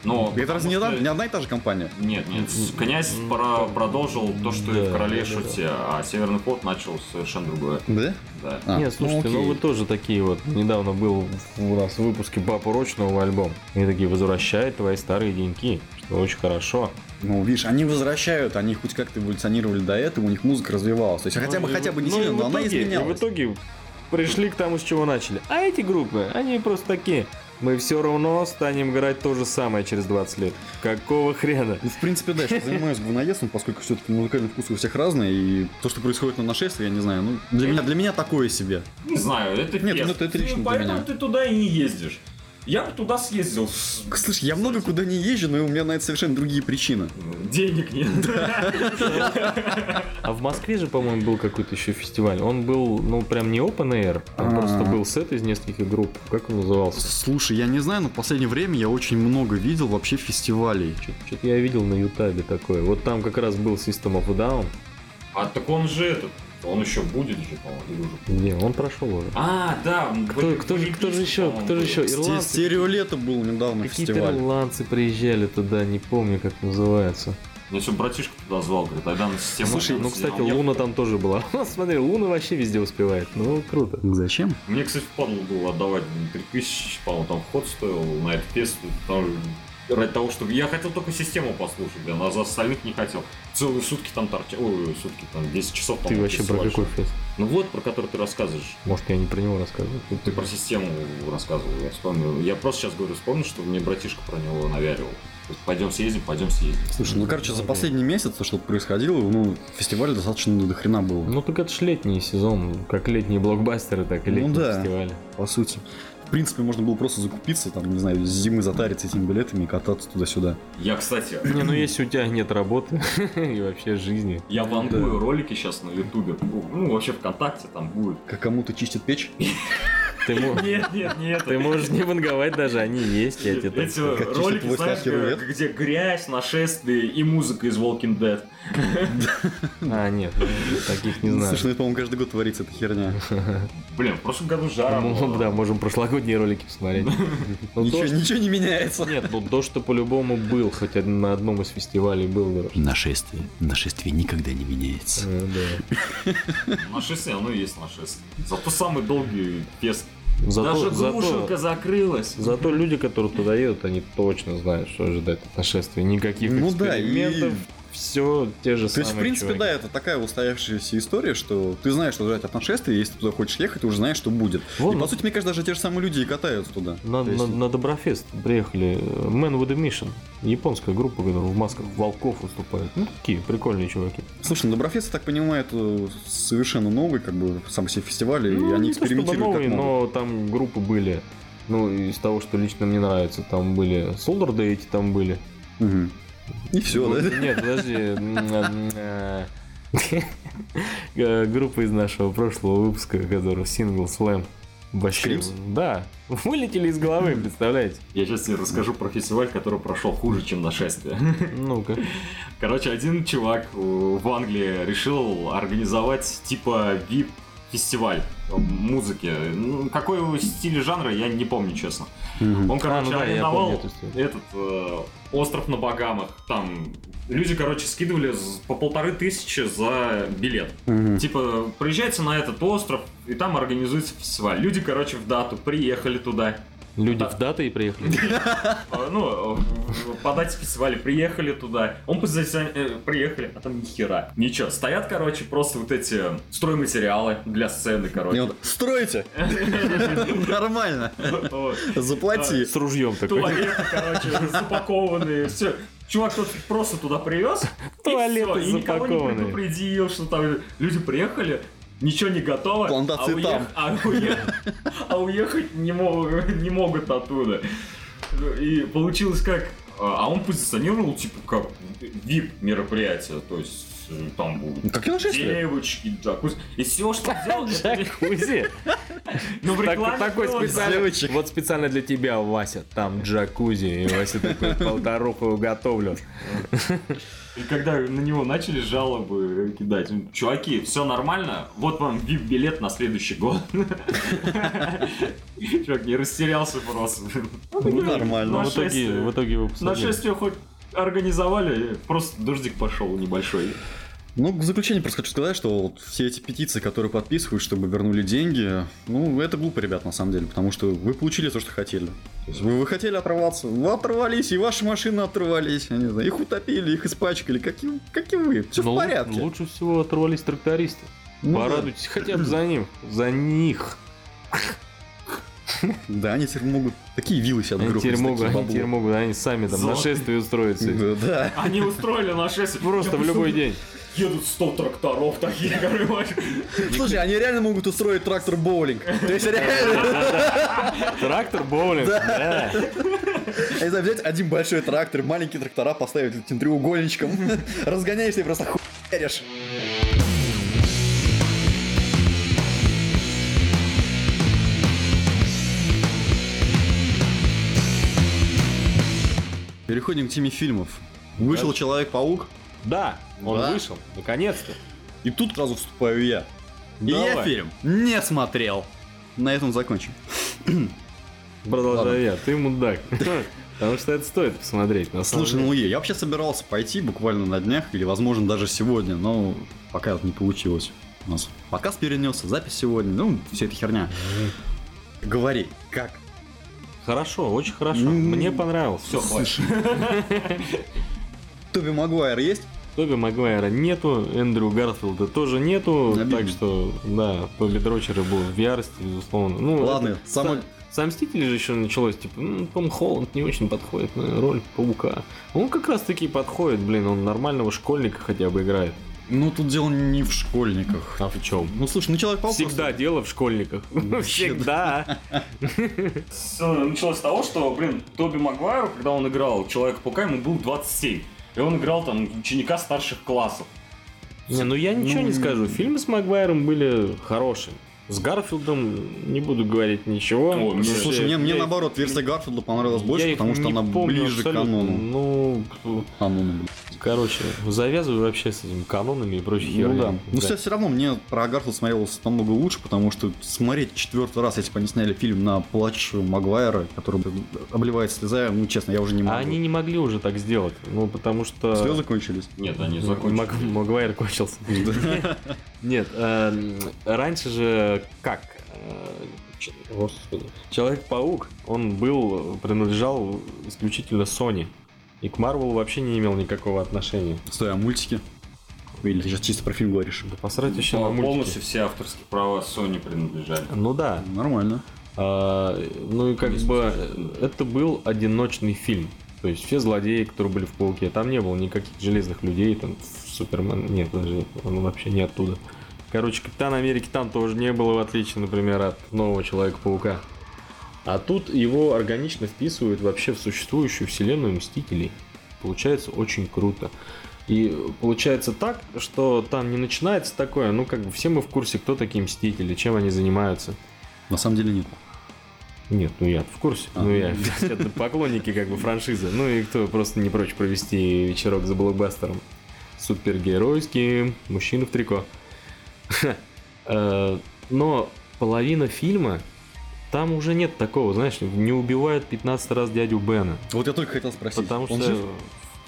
Speaker 3: Но
Speaker 1: Это разве не,
Speaker 3: потому
Speaker 1: одна-
Speaker 3: что-
Speaker 1: не одна и та же компания?
Speaker 3: Нет, нет, с-
Speaker 2: М,
Speaker 3: князь
Speaker 2: м,
Speaker 3: пора-
Speaker 2: м,
Speaker 3: продолжил то, что и
Speaker 2: да,
Speaker 3: в короле
Speaker 2: да, да,
Speaker 3: шуте, а Северный флот начал совершенно другое.
Speaker 1: Да?
Speaker 3: Да.
Speaker 1: А,
Speaker 2: Нет, слушайте, ну,
Speaker 1: окей.
Speaker 2: вы тоже такие вот. Недавно был в- у нас в выпуске Папа Роч новый альбом. И такие возвращают твои старые деньки, что очень хорошо.
Speaker 1: Ну, видишь, они возвращают, они хоть как-то эволюционировали до этого, у них музыка развивалась. То есть хотя
Speaker 2: Ну,
Speaker 1: бы,
Speaker 2: и
Speaker 1: хотя
Speaker 2: в-
Speaker 1: бы не
Speaker 2: ну, и
Speaker 1: сильно,
Speaker 2: в
Speaker 1: но она
Speaker 2: итоге- и В
Speaker 1: изменялась.
Speaker 2: итоге пришли к тому, с чего начали. А эти группы, они просто такие. Мы все равно станем играть то же самое через 20 лет. Какого хрена?
Speaker 1: Ну, в принципе, да, я занимаюсь говноедством, поскольку все-таки музыкальные вкусы у всех разные, и то, что происходит на нашествии, я не знаю, ну, для меня, для меня такое себе.
Speaker 3: Не знаю, это
Speaker 1: Нет,
Speaker 3: фест.
Speaker 1: ну, это- это
Speaker 3: Ты-
Speaker 1: лично для
Speaker 3: Поэтому
Speaker 1: меня.
Speaker 3: ты туда и не ездишь. Я бы туда съездил. с-
Speaker 1: Слушай, я много куда не езжу, но у меня на это совершенно другие причины.
Speaker 3: Денег нет.
Speaker 2: А в Москве же, по-моему, был какой-то еще фестиваль. Он был, ну, прям не open air, там
Speaker 1: А.
Speaker 2: просто был сет из нескольких групп. Как он назывался?
Speaker 1: Слушай, я не знаю, но в последнее время я очень много видел вообще фестивалей.
Speaker 2: Что-то я видел на Ютабе такое. Вот там как раз был System of a Down.
Speaker 3: А так он же этот, он еще будет же, по-моему, или уже.
Speaker 2: Где? Он прошел уже.
Speaker 3: А, да. м,
Speaker 2: Кто-
Speaker 3: были
Speaker 2: кто же- кто же еще?
Speaker 3: по-моему,
Speaker 2: Кто же
Speaker 3: были.
Speaker 2: еще?
Speaker 1: Сте-
Speaker 2: Ирландцы.
Speaker 1: Стереолето был недавно
Speaker 2: Какие-то
Speaker 1: фестиваль.
Speaker 2: ирландцы приезжали туда, не помню, как называется.
Speaker 3: Меня все братишка туда звал, говорит, тогда на систему.
Speaker 2: Слушай,
Speaker 3: там
Speaker 2: ну,
Speaker 3: сидел».
Speaker 2: кстати,
Speaker 3: Я-
Speaker 2: Луна там тоже была. Смотри, Луна вообще везде успевает. Ну, круто.
Speaker 1: Зачем?
Speaker 3: Мне, кстати, впадло было отдавать 3000, по-моему, там вход стоил на этот фест. потому что ради того, чтобы... Я хотел только систему послушать, блин, а за остальных не хотел. Целые сутки там торчал, ой, сутки там, 10 часов там.
Speaker 2: Ты вообще про
Speaker 3: фестиваль
Speaker 2: какой
Speaker 3: шел.
Speaker 2: фест?
Speaker 3: Ну вот, про который ты рассказываешь.
Speaker 2: Может, я не про него рассказываю?
Speaker 3: Ты про систему рассказывал, я вспомнил. Я просто сейчас говорю, вспомнил, что мне братишка про него навяливал. Пойдем съездим, пойдем съездим.
Speaker 1: Слушай, ну, короче, за
Speaker 2: Окей.
Speaker 1: последний месяц, то, что происходило, ну, фестиваль достаточно до хрена было.
Speaker 2: Ну, так это ж летний сезон. Как летние блокбастеры, так и
Speaker 1: Ну
Speaker 2: летние
Speaker 1: да.
Speaker 2: фестивали.
Speaker 1: по сути. В принципе, можно было просто закупиться, там, не знаю, с зимы затариться этими билетами и кататься туда-сюда.
Speaker 3: Я, кстати,
Speaker 2: Не, ну если у тебя нет работы и вообще жизни.
Speaker 3: я вангую ролики сейчас на Ютубе. Ну, вообще ВКонтакте там будет.
Speaker 1: Как кому-то чистят печь.
Speaker 2: Ты, мо-
Speaker 3: Нет, нет, нет.
Speaker 2: ты можешь не ванговать даже, они есть, я тебе так
Speaker 3: Эти
Speaker 2: скажу.
Speaker 1: Как
Speaker 3: ролики,
Speaker 1: чисто
Speaker 3: знаешь,
Speaker 1: площадки
Speaker 3: э,
Speaker 1: рулет.
Speaker 3: где грязь, нашествие и музыка из Walking Dead.
Speaker 2: А, нет, таких не знаю.
Speaker 1: Слушай, ну это, по-моему, каждый год творится эта херня.
Speaker 3: Блин, в прошлом году жара
Speaker 2: Ну,
Speaker 3: была.
Speaker 2: Да, можем прошлогодние ролики посмотреть. Ну,
Speaker 1: Ничего,
Speaker 2: то,
Speaker 1: ничего не
Speaker 2: что-
Speaker 1: меняется.
Speaker 2: Нет, ну то, что по-любому был, хотя на одном из фестивалей был. да.
Speaker 4: Нашествие. Нашествие никогда не меняется.
Speaker 2: Э, да.
Speaker 3: Нашествие, оно и есть нашествие. Зато самый долгий фест. Даже
Speaker 2: Зато,
Speaker 3: Грушенко
Speaker 2: зато,
Speaker 3: закрылась.
Speaker 2: зато люди, которые туда едут, они точно знают, что ожидает от нашествия. Никаких
Speaker 1: Ну да, и
Speaker 2: экспериментов. все те же
Speaker 1: То
Speaker 2: самые
Speaker 1: есть, в принципе,
Speaker 2: чуваки.
Speaker 1: да, это такая устоявшаяся история, что ты знаешь, что ждать от нашествия, если ты туда хочешь ехать, ты уже знаешь, что будет.
Speaker 2: Вон,
Speaker 1: и,
Speaker 2: ну.
Speaker 1: по сути, мне кажется, даже те же самые люди и катаются туда.
Speaker 2: На,
Speaker 1: То есть,
Speaker 2: на- на Доброфест приехали э, Man with a Mission. Японская группа, которая в масках волков выступает. Ну, такие прикольные чуваки.
Speaker 1: Слушай, ну, Доброфест, я так понимаю, это совершенно новый, как бы, сам по себе фестиваль, и
Speaker 2: Ну,
Speaker 1: они
Speaker 2: не то чтобы
Speaker 1: экспериментируют
Speaker 2: новые,
Speaker 1: как могут.
Speaker 2: но там группы были. Ну, из того, что лично мне нравится, там были Soldier Day эти там были.
Speaker 1: Мгм. И все,
Speaker 2: Ну,
Speaker 1: да?
Speaker 2: Нет, подожди. м, м, э, э, Группа из нашего прошлого выпуска, которая сингл слэм. Вообще,
Speaker 1: Screams?
Speaker 2: да, вылетели из головы, представляете?
Speaker 3: Я сейчас тебе расскажу про фестиваль, который прошел хуже, чем нашествие.
Speaker 2: Ну-ка.
Speaker 3: Короче, один чувак э, в Англии решил организовать типа VIP фестиваль музыки. Ну, какой его стиль и жанра, я не помню, честно.
Speaker 1: Мгм.
Speaker 3: Он, короче,
Speaker 2: ну да, я
Speaker 3: арендовал
Speaker 2: помню эту историю.
Speaker 3: этот э, остров на Багамах. Там люди, короче, скидывали з- по полторы тысячи за билет.
Speaker 2: Хм.
Speaker 1: Мгм.
Speaker 3: Типа, приезжайте на этот остров, и там организуется фестиваль. Люди, короче, в дату приехали туда.
Speaker 2: Люди
Speaker 3: Да.
Speaker 2: в даты и приехали.
Speaker 3: Э, Ну, э, в- по дате фестиваля приехали туда. Он по засе- э, приехали, а там нихера. Ничего, стоят, короче, просто вот эти стройматериалы для сцены,
Speaker 1: И
Speaker 3: короче.
Speaker 1: он, Стройте! Нормально!
Speaker 3: Вот.
Speaker 1: Заплати!
Speaker 2: А, С ружьем такой.
Speaker 3: туалеты, короче, запакованные, все. Чувак тут просто туда привез. и
Speaker 2: Туалеты
Speaker 3: всё, и никого не
Speaker 2: запакованные.
Speaker 3: предупредил, что там люди приехали, ничего не готово.
Speaker 1: Плантации
Speaker 3: а
Speaker 1: там.
Speaker 3: А, уех- а уехать не, мог- не могут оттуда. И получилось как... А он позиционировал, типа, как VIP мероприятие, то есть э, там будут
Speaker 1: Как и нашествие?
Speaker 3: девочки, джакузи. И все, что сделал, это-
Speaker 2: Джакузи.
Speaker 3: ну, в
Speaker 2: Так-
Speaker 3: рекламе
Speaker 2: такой
Speaker 3: было, да.
Speaker 2: специально.
Speaker 1: девочек.
Speaker 2: Вот специально для тебя, Вася. Там джакузи. И Вася такой полторуху готовлю.
Speaker 3: И когда на него начали жалобы кидать, чуваки, все нормально, вот вам VIP-билет на следующий год. Чувак не растерялся просто.
Speaker 1: Ну, нормально.
Speaker 3: Ну,
Speaker 2: В итоге,
Speaker 3: Нашествие.
Speaker 2: в итоге вы посмотрели.
Speaker 3: Нашествие хоть организовали, просто дождик пошел небольшой.
Speaker 1: Ну, в заключение просто хочу сказать, что вот все эти петиции, которые подписывают, чтобы вернули деньги, ну, это глупо, ребят, на самом деле, потому что вы получили то, что хотели. То есть вы, вы хотели оторваться, вы оторвались, и ваши машины оторвались, я не знаю, их утопили, их испачкали, как и, как и вы, все
Speaker 2: Ну,
Speaker 1: в порядке.
Speaker 2: Лучше всего оторвались трактористы.
Speaker 1: Ну да.
Speaker 2: Порадуйтесь хотя бы за ним. За них.
Speaker 1: Да, они теперь могут такие вилы себе
Speaker 2: Они
Speaker 1: отгрохать с
Speaker 2: теперь
Speaker 1: таким
Speaker 2: могут, они
Speaker 1: баблом.
Speaker 2: теперь могут, они сами там
Speaker 3: Золото.
Speaker 2: нашествие устроятся.
Speaker 1: Да, да.
Speaker 3: Они устроили нашествие. Я
Speaker 2: Просто в любой
Speaker 3: представляю,
Speaker 2: день.
Speaker 3: Едут 100 тракторов такие, короче.
Speaker 1: Слушай, они реально могут устроить трактор боулинг. То есть реально,
Speaker 2: Трактор, боулинг. Да.
Speaker 1: я не знаю, взять один большой трактор, маленькие трактора поставить этим треугольничком, разгоняешься и просто хуяришь. Переходим к теме фильмов. Вышел Человек-паук,
Speaker 2: Да, он
Speaker 1: Да.
Speaker 2: вышел. Наконец-то.
Speaker 1: и тут сразу вступаю я. И я
Speaker 2: Давай.
Speaker 1: фильм не смотрел. На этом закончим. Ладно.
Speaker 2: Продолжай я, ты мудак. Потому что это стоит посмотреть, на самом
Speaker 1: Слушай,
Speaker 2: деле.
Speaker 1: ну е, я вообще собирался пойти буквально на днях или, возможно, даже сегодня, но пока вот не получилось. У нас подкаст перенесся, запись сегодня, ну, все это херня. Говори, как?
Speaker 2: Хорошо, очень хорошо.
Speaker 1: М.
Speaker 2: Мне понравилось. Все,
Speaker 1: Слушай. Тоби Магуайр есть?
Speaker 2: Тоби Магуайра нету, Эндрю Гарфилда тоже нету,
Speaker 1: Обидно.
Speaker 2: так что, да, Тоби Дрочера был в ярости, безусловно. Ну,
Speaker 1: Ладно, самое...
Speaker 2: Со Мстители же еще началось, типа, «М, Том Холланд не очень подходит на роль паука. Он как раз таки подходит, блин, он нормального школьника хотя бы играет.
Speaker 1: Ну, тут дело не в школьниках.
Speaker 2: А в чем?
Speaker 1: Ну, слушай, ну Человек-паук...
Speaker 2: Всегда
Speaker 1: просто-
Speaker 2: дело в школьниках.
Speaker 1: Вообще,
Speaker 2: Всегда.
Speaker 3: Всё началось с того, что, блин, Тоби Магуайру, когда он играл Человека-паука, ему был 27. И он играл там ученика старших классов.
Speaker 2: Не, ну я ничего не скажу. Фильмы с Магуайром были хорошими. С Гарфилдом не буду говорить ничего.
Speaker 3: О, мне-
Speaker 2: Если-
Speaker 1: Слушай, мне, мне
Speaker 2: я-
Speaker 1: наоборот, версия Гарфилда понравилась больше,
Speaker 2: я их
Speaker 1: потому что
Speaker 2: не
Speaker 1: она
Speaker 2: помню
Speaker 1: ближе к
Speaker 2: абсолютно.
Speaker 1: канону.
Speaker 2: Ну,
Speaker 1: Канону, блин.
Speaker 2: короче, завязываю вообще с этими канонами и прочей
Speaker 1: Ну
Speaker 2: херней.
Speaker 1: да. Ну все, все равно мне про Гарфилд смотрелось намного лучше, потому что смотреть четвертый раз, если бы они сняли фильм на плач Магуайра, который обливает слезами, ну честно, я уже не могу.
Speaker 2: А они не могли уже так сделать. Ну, потому что...
Speaker 1: Слезы кончились.
Speaker 3: Нет, они
Speaker 2: Мак- Магуайр кончился. Нет, э, раньше же как? э, ч- Господи. Человек-паук, он был, принадлежал исключительно Sony. И к Марвелу вообще не имел никакого отношения.
Speaker 1: Стой, а мультики? Или ты сейчас чисто про фильм говоришь?
Speaker 2: Да посрать вообще на
Speaker 3: Пол-
Speaker 2: мультики.
Speaker 3: Ну, Полностью все авторские права Sony принадлежали.
Speaker 2: Ну да.
Speaker 1: Нормально.
Speaker 2: А, ну и как бы э, это был одиночный фильм. То есть все злодеи, которые были в Пауке, там не было никаких железных людей, там в Супермен, нет, даже он вообще не оттуда. Короче, Капитан Америки там тоже не было, в отличие, например, от нового Человека-паука. А тут его органично вписывают вообще в существующую вселенную Мстителей. Получается очень круто. И получается так, что там не начинается такое, ну как бы все мы в курсе, кто такие Мстители, чем они занимаются.
Speaker 1: На самом деле нет.
Speaker 2: Нет, ну я в курсе.
Speaker 1: А.
Speaker 2: Ну я это поклонники как бы франшизы. Ну и кто просто не прочь провести вечерок за блокбастером. Супергеройский мужчина в трико. Э, Но половина фильма там уже нет такого, знаешь, не убивают 15 раз дядю Бена.
Speaker 1: Вот я только хотел спросить.
Speaker 2: Потому
Speaker 1: он
Speaker 2: что...
Speaker 1: жив?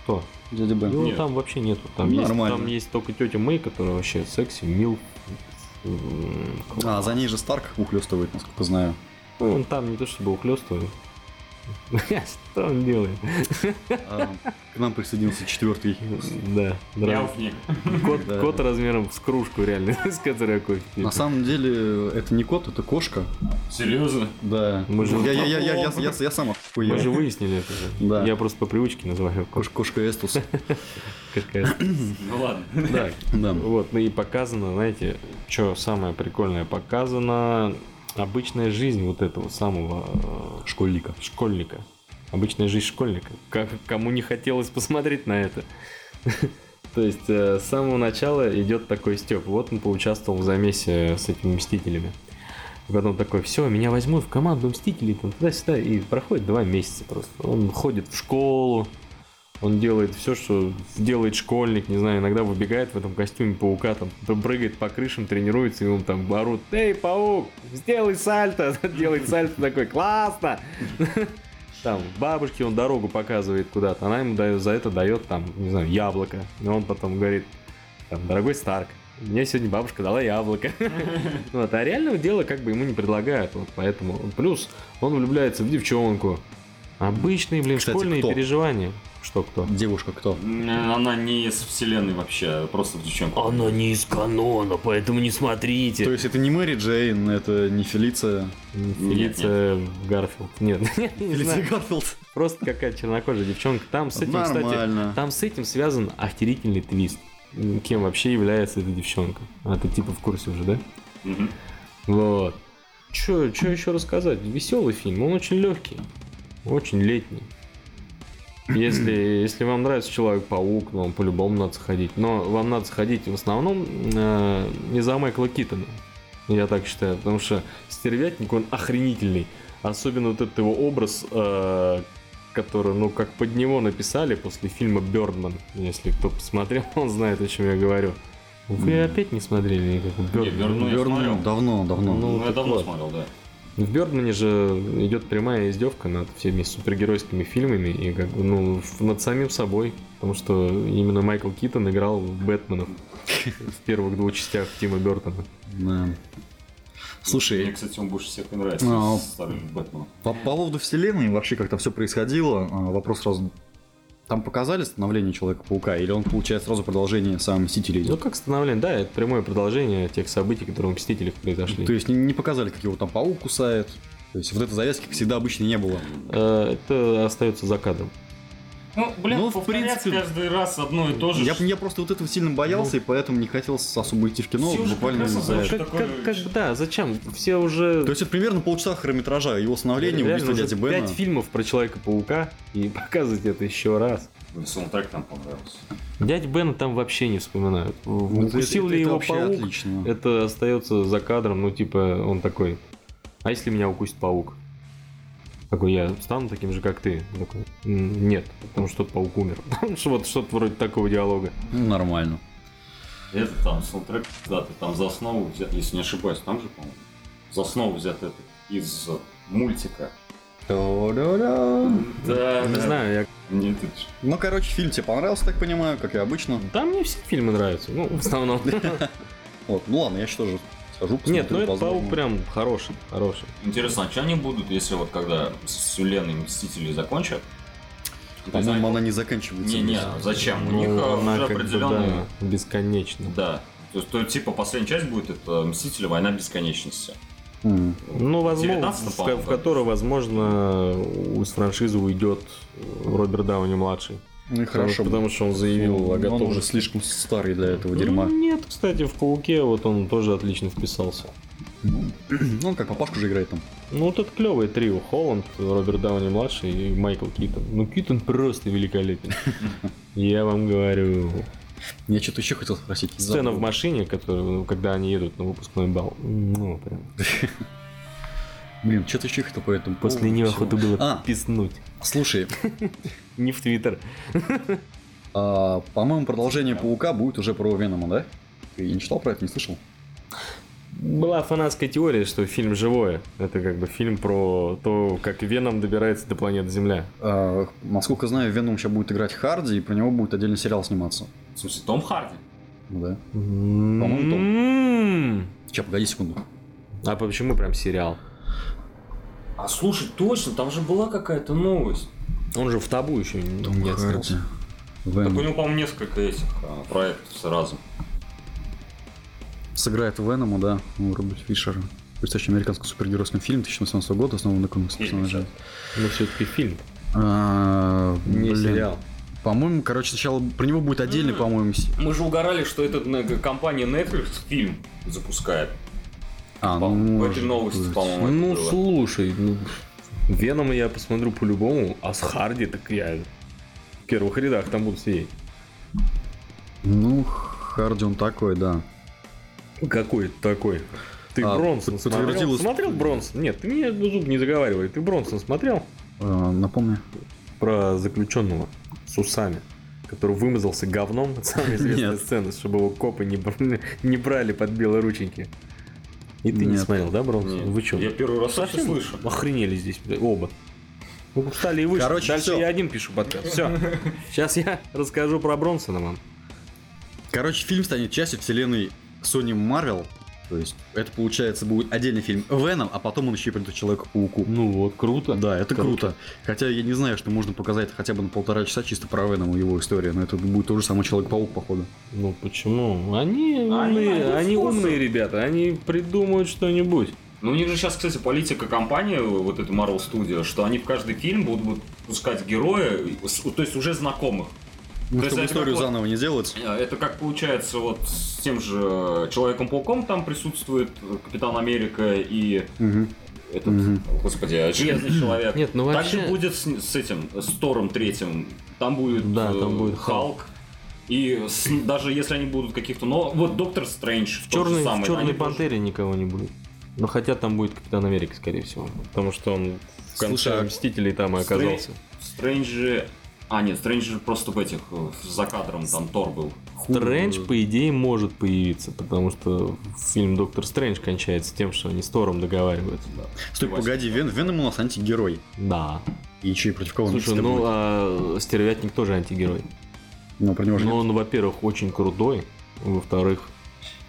Speaker 2: Кто?
Speaker 1: Дядя Бен.
Speaker 2: Его
Speaker 3: Нет.
Speaker 2: там вообще нету. Там есть,
Speaker 1: Нормально.
Speaker 2: там есть только тетя Мэй, которая вообще секси, мил. м,
Speaker 1: А, за ней же Старк ухлестывает, насколько знаю.
Speaker 2: Он Ну, там не то чтобы ухлёстывает. Что он делает?
Speaker 1: А, к нам присоединился четвертый.
Speaker 2: Да, нравится.
Speaker 3: Мяукни.
Speaker 2: Кот,
Speaker 1: Да.
Speaker 2: кот размером с кружку, реально, с которой я кофе пью.
Speaker 1: На самом деле, это не кот, это кошка.
Speaker 3: Серьезно?
Speaker 1: Да.
Speaker 2: Мы же-
Speaker 1: я, я, я, я, я, я, я сам охуел.
Speaker 2: Мы же выяснили это же.
Speaker 1: Да.
Speaker 2: Я просто по привычке называю его
Speaker 1: Кош- кошка Эстус.
Speaker 2: кошка.
Speaker 3: Ну ладно.
Speaker 2: Да.
Speaker 1: Да.
Speaker 2: Вот, ну и показано, знаете, что самое прикольное, показано обычная жизнь вот этого самого э,
Speaker 1: Школьника.
Speaker 2: школьника. Обычная жизнь школьника. Как, кому не хотелось посмотреть на это. То есть э, с самого начала идет такой степ. Вот он поучаствовал в замесе с этими мстителями. И потом такой, все, меня возьмут в команду мстителей там туда-сюда. И проходит два месяца просто. Он ходит в школу, он делает все, что делает школьник, не знаю, иногда выбегает в этом костюме паука, там прыгает по крышам, тренируется, и он там орут, эй, паук, сделай сальто, делает сальто такой, классно! Там бабушке он дорогу показывает куда-то, она ему дает, за это дает там, не знаю, яблоко. И он потом говорит, там, дорогой Старк, мне сегодня бабушка дала яблоко. Вот, а реального дела как бы ему не предлагают, вот поэтому. Плюс он влюбляется в девчонку. Обычные, блин,
Speaker 1: Кстати,
Speaker 2: школьные
Speaker 1: кто?
Speaker 2: переживания. Что кто?
Speaker 1: Девушка кто?
Speaker 3: Она не из вселенной вообще, просто в девчонку.
Speaker 2: Оно не из канона, поэтому не смотрите.
Speaker 1: То есть это не Мэри Джейн, это не Фелиция.
Speaker 2: Фелиция Гарфилд. Нет, не знаю.
Speaker 1: Гарфилд.
Speaker 2: Просто какая чернокожая девчонка. Там с этим, кстати,
Speaker 1: Нормально.
Speaker 2: там с этим связан охерительный твист. М, Кем вообще является эта девчонка? А ты типа в курсе уже, да?
Speaker 3: Мгм.
Speaker 2: Вот. Че, че еще рассказать? Веселый фильм, он очень легкий, очень летний. Если, если вам нравится Человек-паук, ну, вам по-любому надо сходить. Но вам надо сходить в основном э, из-за Майкла Китона. Я так считаю, потому что стервятник, он охренительный. Особенно вот этот его образ, э, который, ну, как под него написали после фильма Бердман. Если кто посмотрел, он знает, о чем я говорю. Вы опять не смотрели никакого Бёрдмана?
Speaker 3: Бёрдман Ну, я смотрел.
Speaker 1: давно, давно.
Speaker 2: Ну,
Speaker 3: Ну, я
Speaker 2: так
Speaker 3: давно
Speaker 2: вот.
Speaker 3: смотрел, да.
Speaker 2: В Бердмане же идет прямая издевка над всеми супергеройскими фильмами и как бы, ну, ф- над самим собой. Потому что именно Майкл Китон играл в Бэтменов в первых двух частях Тима Бертона.
Speaker 1: Да.
Speaker 3: Мне,
Speaker 1: Слушай,
Speaker 3: кстати, он больше всех и нравится.
Speaker 2: А,
Speaker 1: Ну,
Speaker 3: из старых Бэтменов.
Speaker 1: по, по поводу вселенной вообще как-то все происходило. а, Вопрос сразу. Там показали становление Человека-паука, или он получает сразу продолжение сам Мстители
Speaker 2: Ну,
Speaker 1: идет?
Speaker 2: как становление, да, это прямое продолжение тех событий, которые в Мстителях произошли.
Speaker 1: То есть не, не показали, как его там паук кусает. То есть вот этой завязки, как всегда, обычно не было.
Speaker 2: Э, Это остается за кадром.
Speaker 3: Ну, блин,
Speaker 1: Ну, в
Speaker 3: повторять
Speaker 1: принципе,
Speaker 3: каждый раз одно и то же.
Speaker 1: Я, я просто вот этого сильно
Speaker 3: Ну.
Speaker 1: боялся, и поэтому не хотел с- особо идти в кино,
Speaker 3: Сюжет
Speaker 1: буквально
Speaker 3: как раз
Speaker 1: из-за этого.
Speaker 3: Что
Speaker 2: Ну, Как,
Speaker 3: такое?
Speaker 2: как- как бы, Э, да, зачем? Все уже...
Speaker 1: То есть это примерно полчаса хронометража, его становление, убийство дяди Бена.
Speaker 2: пять фильмов про Человека-паука, и показывать это еще раз.
Speaker 3: Блин, Саундтрек там понравился.
Speaker 2: Дядь Бена там вообще не вспоминают.
Speaker 1: Ну, это-
Speaker 2: Укусил
Speaker 1: это-
Speaker 2: ли
Speaker 1: это
Speaker 2: его
Speaker 1: вообще
Speaker 2: паук?
Speaker 1: отлично.
Speaker 2: Это остается за кадром, ну типа он такой. А если меня укусит паук? Такой я стану таким же, как ты. Он такой, «М, нет, потому что паук умер. Что вот что-то вроде такого диалога.
Speaker 1: Ну, нормально.
Speaker 3: Это там саундтрек, да, ты там за основу взят, если не ошибаюсь, там же, по-моему, за основу взят это из э, мультика. Да,
Speaker 2: Не знаю, я...
Speaker 3: Нет, это ж-
Speaker 1: Ну, короче, фильм тебе понравился, так понимаю, как и обычно.
Speaker 2: Да, мне все фильмы нравятся, ну, в основном.
Speaker 1: Вот, ну ладно, я еще тоже схожу, посмотрю.
Speaker 2: Нет, ну этот
Speaker 1: возможно.
Speaker 2: паук прям хороший, хороший.
Speaker 3: Интересно, а что они будут, если вот когда с вселенной Мстители закончат,
Speaker 1: По-моему, она не заканчивается.
Speaker 3: Не, не,
Speaker 1: вместе.
Speaker 3: А зачем? У
Speaker 2: Ну,
Speaker 3: них э,
Speaker 2: она
Speaker 3: уже
Speaker 2: как бы,
Speaker 3: определенные...
Speaker 2: да, бесконечна.
Speaker 3: Да. То есть, то, типа, последняя часть будет это Мстители, война бесконечности.
Speaker 1: М.
Speaker 2: Ну, возможно,
Speaker 3: 19-м,
Speaker 2: в, ко-
Speaker 3: по-моему,
Speaker 2: в
Speaker 3: да.
Speaker 2: которой, возможно, у- с франшизы уйдет Роберт Дауни младший.
Speaker 1: Ну и хорошо.
Speaker 2: Потому что он заявил о
Speaker 1: он, он уже
Speaker 2: готовности.
Speaker 1: слишком старый для этого дерьма.
Speaker 2: Ну, нет, кстати, в пауке вот он тоже отлично вписался.
Speaker 1: Ну, он как папашку же играет там.
Speaker 2: Ну, вот это клевое трио. Холланд, Роберт Дауни младший и Майкл Китон. Ну, Китон просто великолепен. Я вам говорю.
Speaker 1: Я что-то еще хотел спросить.
Speaker 2: Сцена
Speaker 1: Забыл.
Speaker 2: в машине, которую, ну, когда они едут на выпускной бал. Ну, прям.
Speaker 1: Блин, что-то еще хотел по этому
Speaker 2: После
Speaker 1: поводу
Speaker 2: нее
Speaker 1: всего.
Speaker 2: охота было
Speaker 1: А.
Speaker 2: писнуть.
Speaker 1: Слушай,
Speaker 2: Не в Твиттер.
Speaker 1: а, по-моему, продолжение Паука будет уже про Венома, да? Ты не читал про это, не слышал?
Speaker 2: Была фанатская теория, что фильм живое. Это как бы фильм про то, как Веном добирается до планеты Земля.
Speaker 1: А, насколько знаю, Веном сейчас будет играть Харди, и про него будет отдельный сериал сниматься.
Speaker 3: В смысле, Том Харди.
Speaker 1: Ну Да.
Speaker 2: М-м.
Speaker 1: Сейчас, погоди секунду.
Speaker 2: А почему прям сериал?
Speaker 3: А слушай, точно, там же была какая-то новость.
Speaker 2: Он же в табу еще не не отснялся.
Speaker 3: Так у
Speaker 1: Веном.
Speaker 3: него, по-моему, несколько этих а, проектов сразу.
Speaker 1: Сыграет Венома, да, ну, Роберт Фишер. Представляющий американский супергеройский фильм 2018 года, основан на комикс
Speaker 3: Фильм,
Speaker 1: персонажа.
Speaker 2: Но все-таки Ну, фильм,
Speaker 1: А,
Speaker 2: не
Speaker 1: блин.
Speaker 2: сериал.
Speaker 1: По-моему, короче, сначала про него будет отдельный,
Speaker 3: М.
Speaker 1: по-моему, с-
Speaker 3: Мы же угорали, что эта м, э, компания Netflix фильм запускает.
Speaker 1: А,
Speaker 3: По- в этой
Speaker 1: может
Speaker 3: новости,
Speaker 1: быть.
Speaker 3: по-моему, это
Speaker 2: Ну
Speaker 3: было.
Speaker 2: слушай, ну, Венома я посмотрю по-любому, а с Харди так я в первых рядах там буду сидеть.
Speaker 1: Ну, Харди он такой, да.
Speaker 2: Какой такой? Ты
Speaker 1: А,
Speaker 2: Бронсон
Speaker 1: под-
Speaker 2: смотрел?
Speaker 1: подтвердилось-
Speaker 2: Смотрел Бронсон? Нет, ты мне зуб не заговаривай. Ты Бронсон смотрел?
Speaker 1: А, напомню.
Speaker 2: про заключенного с усами, который вымазался говном. Это самая известная
Speaker 1: Нет.
Speaker 2: сцена, чтобы его копы не, бр- не брали под белорученьки. И ты не
Speaker 1: Нет.
Speaker 2: смотрел, да,
Speaker 3: Не,
Speaker 2: Бронсон? Вы что?
Speaker 3: Я первый раз вообще
Speaker 2: совсем
Speaker 3: слышу.
Speaker 2: охренели здесь бля, оба. Ну, встали и вышли.
Speaker 1: Короче,
Speaker 2: Дальше
Speaker 1: всё.
Speaker 2: я один пишу подкаст. Все. Сейчас я расскажу про Бронсона вам.
Speaker 1: Короче, фильм станет частью вселенной Sony Marvel. То есть, это, получается, будет отдельный фильм Веном, а потом он еще и придет Человеку-пауку.
Speaker 2: Ну вот, круто.
Speaker 1: Да, это
Speaker 2: Круто.
Speaker 1: круто. Хотя я не знаю, что можно показать хотя бы на полтора часа чисто про Венома и его историю, но это будет тоже самый Человек-паук, походу.
Speaker 2: Ну почему? Они умные,
Speaker 3: найдут
Speaker 2: они
Speaker 3: способ.
Speaker 2: умные ребята, они придумают что-нибудь.
Speaker 3: Ну, у них же сейчас, кстати, политика компании, вот эта Marvel Studio, что они в каждый фильм будут, будут пускать героя, с- то есть уже знакомых.
Speaker 1: Ну,
Speaker 3: То есть
Speaker 1: чтобы
Speaker 3: это
Speaker 1: историю
Speaker 3: как вот-
Speaker 1: заново не делать.
Speaker 3: Э, Это как получается вот с тем же Человеком-пауком там присутствует э, Капитан Америка и
Speaker 1: Мгм.
Speaker 3: этот,
Speaker 1: Мгм.
Speaker 3: господи, а Железный Человек.
Speaker 2: Нет, ну вообще...
Speaker 3: Также будет с, с этим, с Тором третьим. Там будет, э,
Speaker 2: Да, там будет
Speaker 3: Халк. И с- даже если они будут каких-то... Но вот Доктор Стрэндж.
Speaker 2: В
Speaker 3: тот же
Speaker 2: черной,
Speaker 3: самый,
Speaker 2: в черной
Speaker 3: они тоже-
Speaker 2: пантере никого не будет. Но хотя там будет Капитан Америка, скорее всего. Потому что он в конце
Speaker 1: Слушай, а
Speaker 2: Мстителей там и
Speaker 3: Стрэ-
Speaker 2: оказался.
Speaker 3: Стрэндж же... А, нет, Стрэндж же просто в этих... э, За кадром там Тор был.
Speaker 2: Стрэндж, по идее, может появиться, потому что фильм Доктор Стрэндж кончается тем, что они с Тором договариваются.
Speaker 3: Да.
Speaker 1: Стой,
Speaker 3: Вася.
Speaker 1: погоди, Вен, Веном у нас антигерой.
Speaker 2: Да.
Speaker 1: И еще и против кого он
Speaker 2: Слушай,
Speaker 1: чисто
Speaker 2: ну
Speaker 1: будет?
Speaker 2: а Стервятник тоже антигерой.
Speaker 1: Ну, про него же
Speaker 2: Но
Speaker 1: нет.
Speaker 2: он, во-первых, очень крутой. Во-вторых,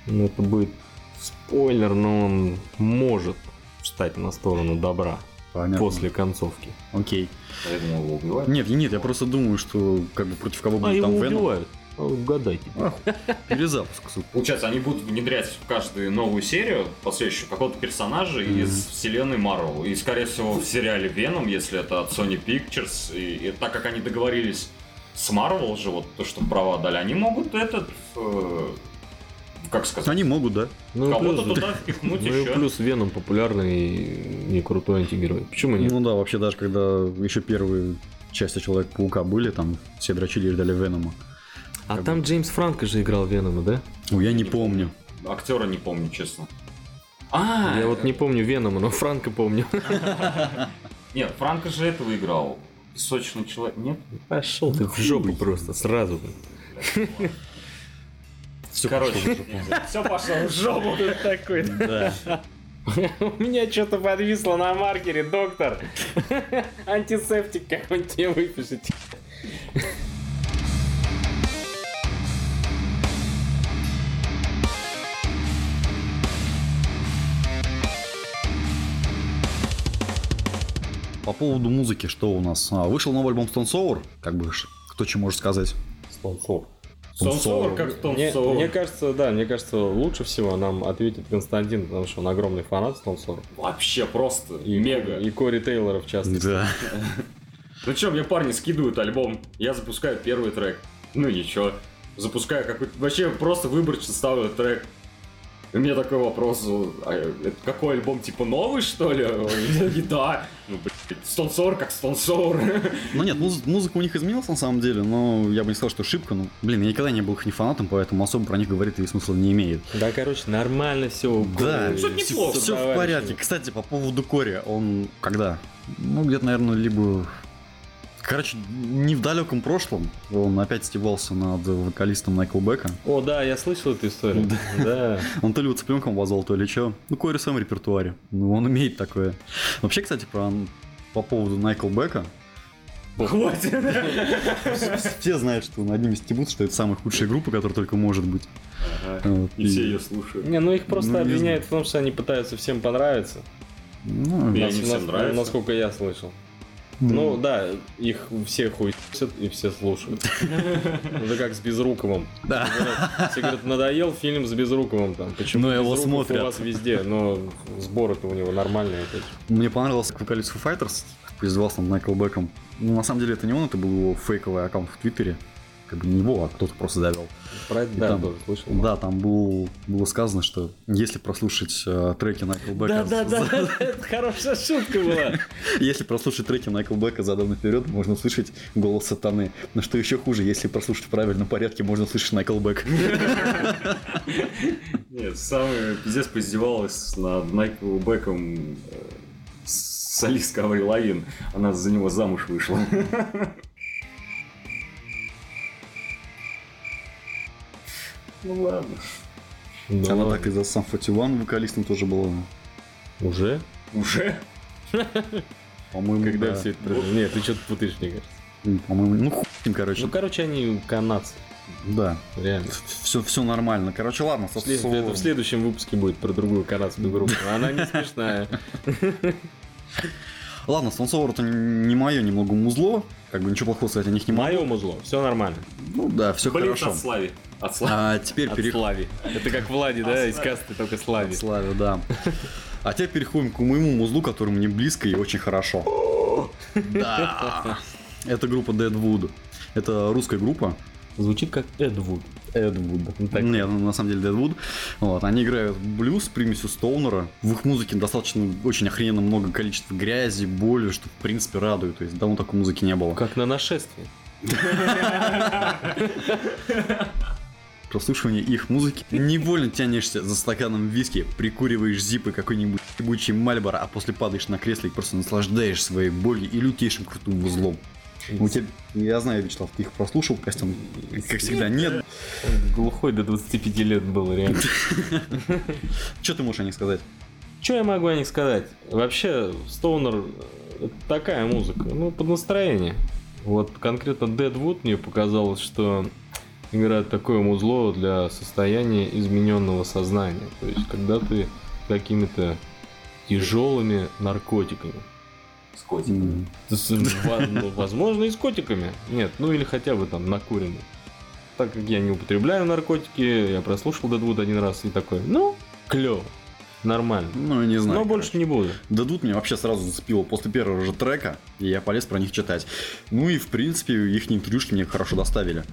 Speaker 2: ну это будет спойлер, но он может встать на сторону добра
Speaker 1: Понятно.
Speaker 2: после концовки.
Speaker 1: Окей.
Speaker 3: Я думал, его убивать.
Speaker 1: Нет, нет, я просто думаю, что как бы против кого
Speaker 2: А
Speaker 1: будет
Speaker 2: его
Speaker 1: там Веном.
Speaker 2: убивают. А, Угадайте.
Speaker 1: Перезапуск, сука.
Speaker 3: Получается, они будут внедрять в каждую новую серию последующую какого-то персонажа из вселенной Марвел. И, скорее всего, в сериале Веном, если это от Sony Pictures, и, и так как они договорились с Марвел же, вот то, что права дали, они могут этот, э, как сказать,
Speaker 1: Они могут, да.
Speaker 2: Ну, и
Speaker 3: кого-то
Speaker 2: плюс-
Speaker 3: туда впихнуть
Speaker 2: Ну и
Speaker 3: еще.
Speaker 2: плюс Веном популярный и, и крутой антигерой. Почему нет?
Speaker 1: Ну да, вообще даже когда еще первые части Человека-паука были, там все дрочили и ждали Венома.
Speaker 2: а там Джеймс Франко же играл Венома, да?
Speaker 1: Ну, я не помню.
Speaker 3: Актера не помню, честно. А,
Speaker 2: Я вот не помню Венома, но Франко помню.
Speaker 3: Нет, Франко же этого играл. Песочный человек. Нет?
Speaker 2: Пошел ты в жопу просто сразу.
Speaker 1: Все
Speaker 3: Короче, все пошло в жопу.
Speaker 2: Такой.
Speaker 1: Да.
Speaker 2: У меня что-то подвисло на маркере, доктор. Антисептик какой-нибудь тебе выпишите.
Speaker 1: по поводу музыки, что у нас? А, вышел новый альбом Станцовер, как бы ш- кто что может сказать.
Speaker 2: Стонсор.
Speaker 3: Сонсор как
Speaker 2: Мне,
Speaker 3: Сонсор.
Speaker 2: мне кажется, да, мне кажется, лучше всего нам ответит Константин, потому что он огромный фанат Стонсора.
Speaker 3: Вообще просто
Speaker 2: И
Speaker 3: мега.
Speaker 2: И Кори Тейлора, в частности.
Speaker 1: Да.
Speaker 3: Ну чё, мне парни скидывают альбом, я запускаю первый трек. Ну ничего. Запускаю какой-то... Вообще просто выборчно ставлю трек. И у меня такой вопрос, а, это какой альбом, типа новый, что ли? И да. Ну, блядь, Стонсор как Стонсор.
Speaker 1: Ну нет, муз- музыка у них изменилась на самом деле, но я бы не сказал, что ошибка. Ну, блин, я никогда не был их не фанатом, поэтому особо про них говорить и смысла не имеет.
Speaker 2: Да, короче, нормально все.
Speaker 1: Да,
Speaker 3: Кстати, неплохо.
Speaker 1: все в порядке. Кстати, по поводу Кори, он когда? Ну, где-то, наверное, либо... Короче, не в далеком прошлом он опять стебался над вокалистом Майкл Бека.
Speaker 2: О, да, я слышал эту историю. Да.
Speaker 1: Он то ли вот цыпленком возвал, то ли что. Ну, Кори в своем репертуаре. Ну, он умеет такое. Вообще, кстати, про по поводу Майкл Бека.
Speaker 3: Хватит.
Speaker 1: Все знают, что над ними стебут, что это самая худшая группа, которая только может быть. Вот,
Speaker 3: И все ее слушают.
Speaker 2: Не, ну их просто
Speaker 1: Ну, не
Speaker 2: обвиняют в том, что они пытаются всем понравиться.
Speaker 1: Ну,
Speaker 3: И
Speaker 2: Нас-
Speaker 3: они всем
Speaker 2: нас-
Speaker 3: нравятся.
Speaker 2: Насколько я слышал.
Speaker 1: Мгм.
Speaker 2: Ну да, их все хуйсят и все слушают. Это как с Безруковым.
Speaker 1: Да.
Speaker 2: Все говорят, надоел фильм с Безруковым там. Почему
Speaker 1: Но ну, его
Speaker 2: Безруков
Speaker 1: смотрят.
Speaker 2: у вас везде, но сборы-то у него нормальные. опять же.
Speaker 1: Мне понравился как вокалист Foo Fighters, как поиздевался над Майкл Беком. Ну, на самом деле, это не он, это был его фейковый аккаунт в Твиттере. Как бы не его, а кто-то просто завел.
Speaker 2: Про это, да,
Speaker 1: там-
Speaker 2: тоже слышал.
Speaker 1: Да, там был, было сказано, что если прослушать э, треки Майкла Бека...
Speaker 2: это хорошая шутка была.
Speaker 1: Если прослушать треки Майкла Бека задом наперед, можно услышать голос сатаны. Но что еще хуже, если прослушать в правильном порядке, можно услышать Майкл Бек.
Speaker 3: Нет, самый пиздец поиздевалась над Майкл Беком э, с- солистка Аври Лавин. Она за него замуж вышла. Ну ладно.
Speaker 1: Она так и за сам 41 вокалистом тоже была.
Speaker 2: Уже?
Speaker 3: Уже?
Speaker 1: По-моему,
Speaker 2: Когда
Speaker 1: да.
Speaker 2: все это произошло? Нет, ты что-то путаешь, мне кажется.
Speaker 1: Ну, По-моему, ну хуй с ним, короче.
Speaker 2: Ну, короче, они канадцы,
Speaker 1: да.
Speaker 2: реально.
Speaker 1: Все, все нормально. Короче, ладно, со
Speaker 2: В след-
Speaker 1: словом.
Speaker 2: это в следующем выпуске будет про другую канадскую группу. Она не смешная.
Speaker 1: Ладно, Стансовар это не мое немного музло. Как бы ничего плохого сказать о них не могу.
Speaker 2: Мое музло, все нормально.
Speaker 1: Ну да, все
Speaker 3: Блин,
Speaker 1: хорошо.
Speaker 3: от Слави. От Слави.
Speaker 1: А теперь
Speaker 2: От
Speaker 1: переходим.
Speaker 2: Слави. Это как Влади, да, из касты, только Слави.
Speaker 1: Славе, да. А теперь переходим к моему музлу, который мне близко и очень хорошо. Да. Это группа Deadwood. Это русская группа.
Speaker 2: Звучит как Эдвуд.
Speaker 1: Эдвуд.
Speaker 2: Так.
Speaker 1: Нет, ну, на самом деле Deadwood. Вот. Они играют блюз с примесью стоунера. В их музыке достаточно очень охрененно много количества грязи, боли, что в принципе радует. То есть давно такой музыки не было.
Speaker 2: Как на нашествие.
Speaker 1: прослушивания их музыки невольно тянешься за стаканом виски, прикуриваешь зипы какой-нибудь ебучий мальборо, а после падаешь на кресле и просто наслаждаешь своей болью и лютейшим крутым узлом. Ну, У тебя, я знаю, Вячеслав, ты их прослушал, Костян, как всегда, нет.
Speaker 2: Глухой до 25 лет был, реально.
Speaker 1: Что ты можешь о них сказать?
Speaker 2: Что я могу о них сказать? Вообще, Стоунер э, такая музыка, ну, под настроение. Вот конкретно Deadwood мне показалось, что играет такое музло для состояния измененного сознания. То есть, когда ты какими-то тяжелыми наркотиками.
Speaker 3: С котиком.
Speaker 1: М,
Speaker 2: С- во- ну, Возможно, и с котиками. Нет, ну или хотя бы там накуренным. Так как я не употребляю наркотики, я прослушал Deadwood один раз и такой, ну, клево, нормально.
Speaker 1: Ну, не знаю.
Speaker 2: Но больше не буду.
Speaker 1: Дадут мне вообще сразу зацепило после первого же трека, и я полез про них читать. Ну и, в принципе, их интервьюшки мне хорошо доставили.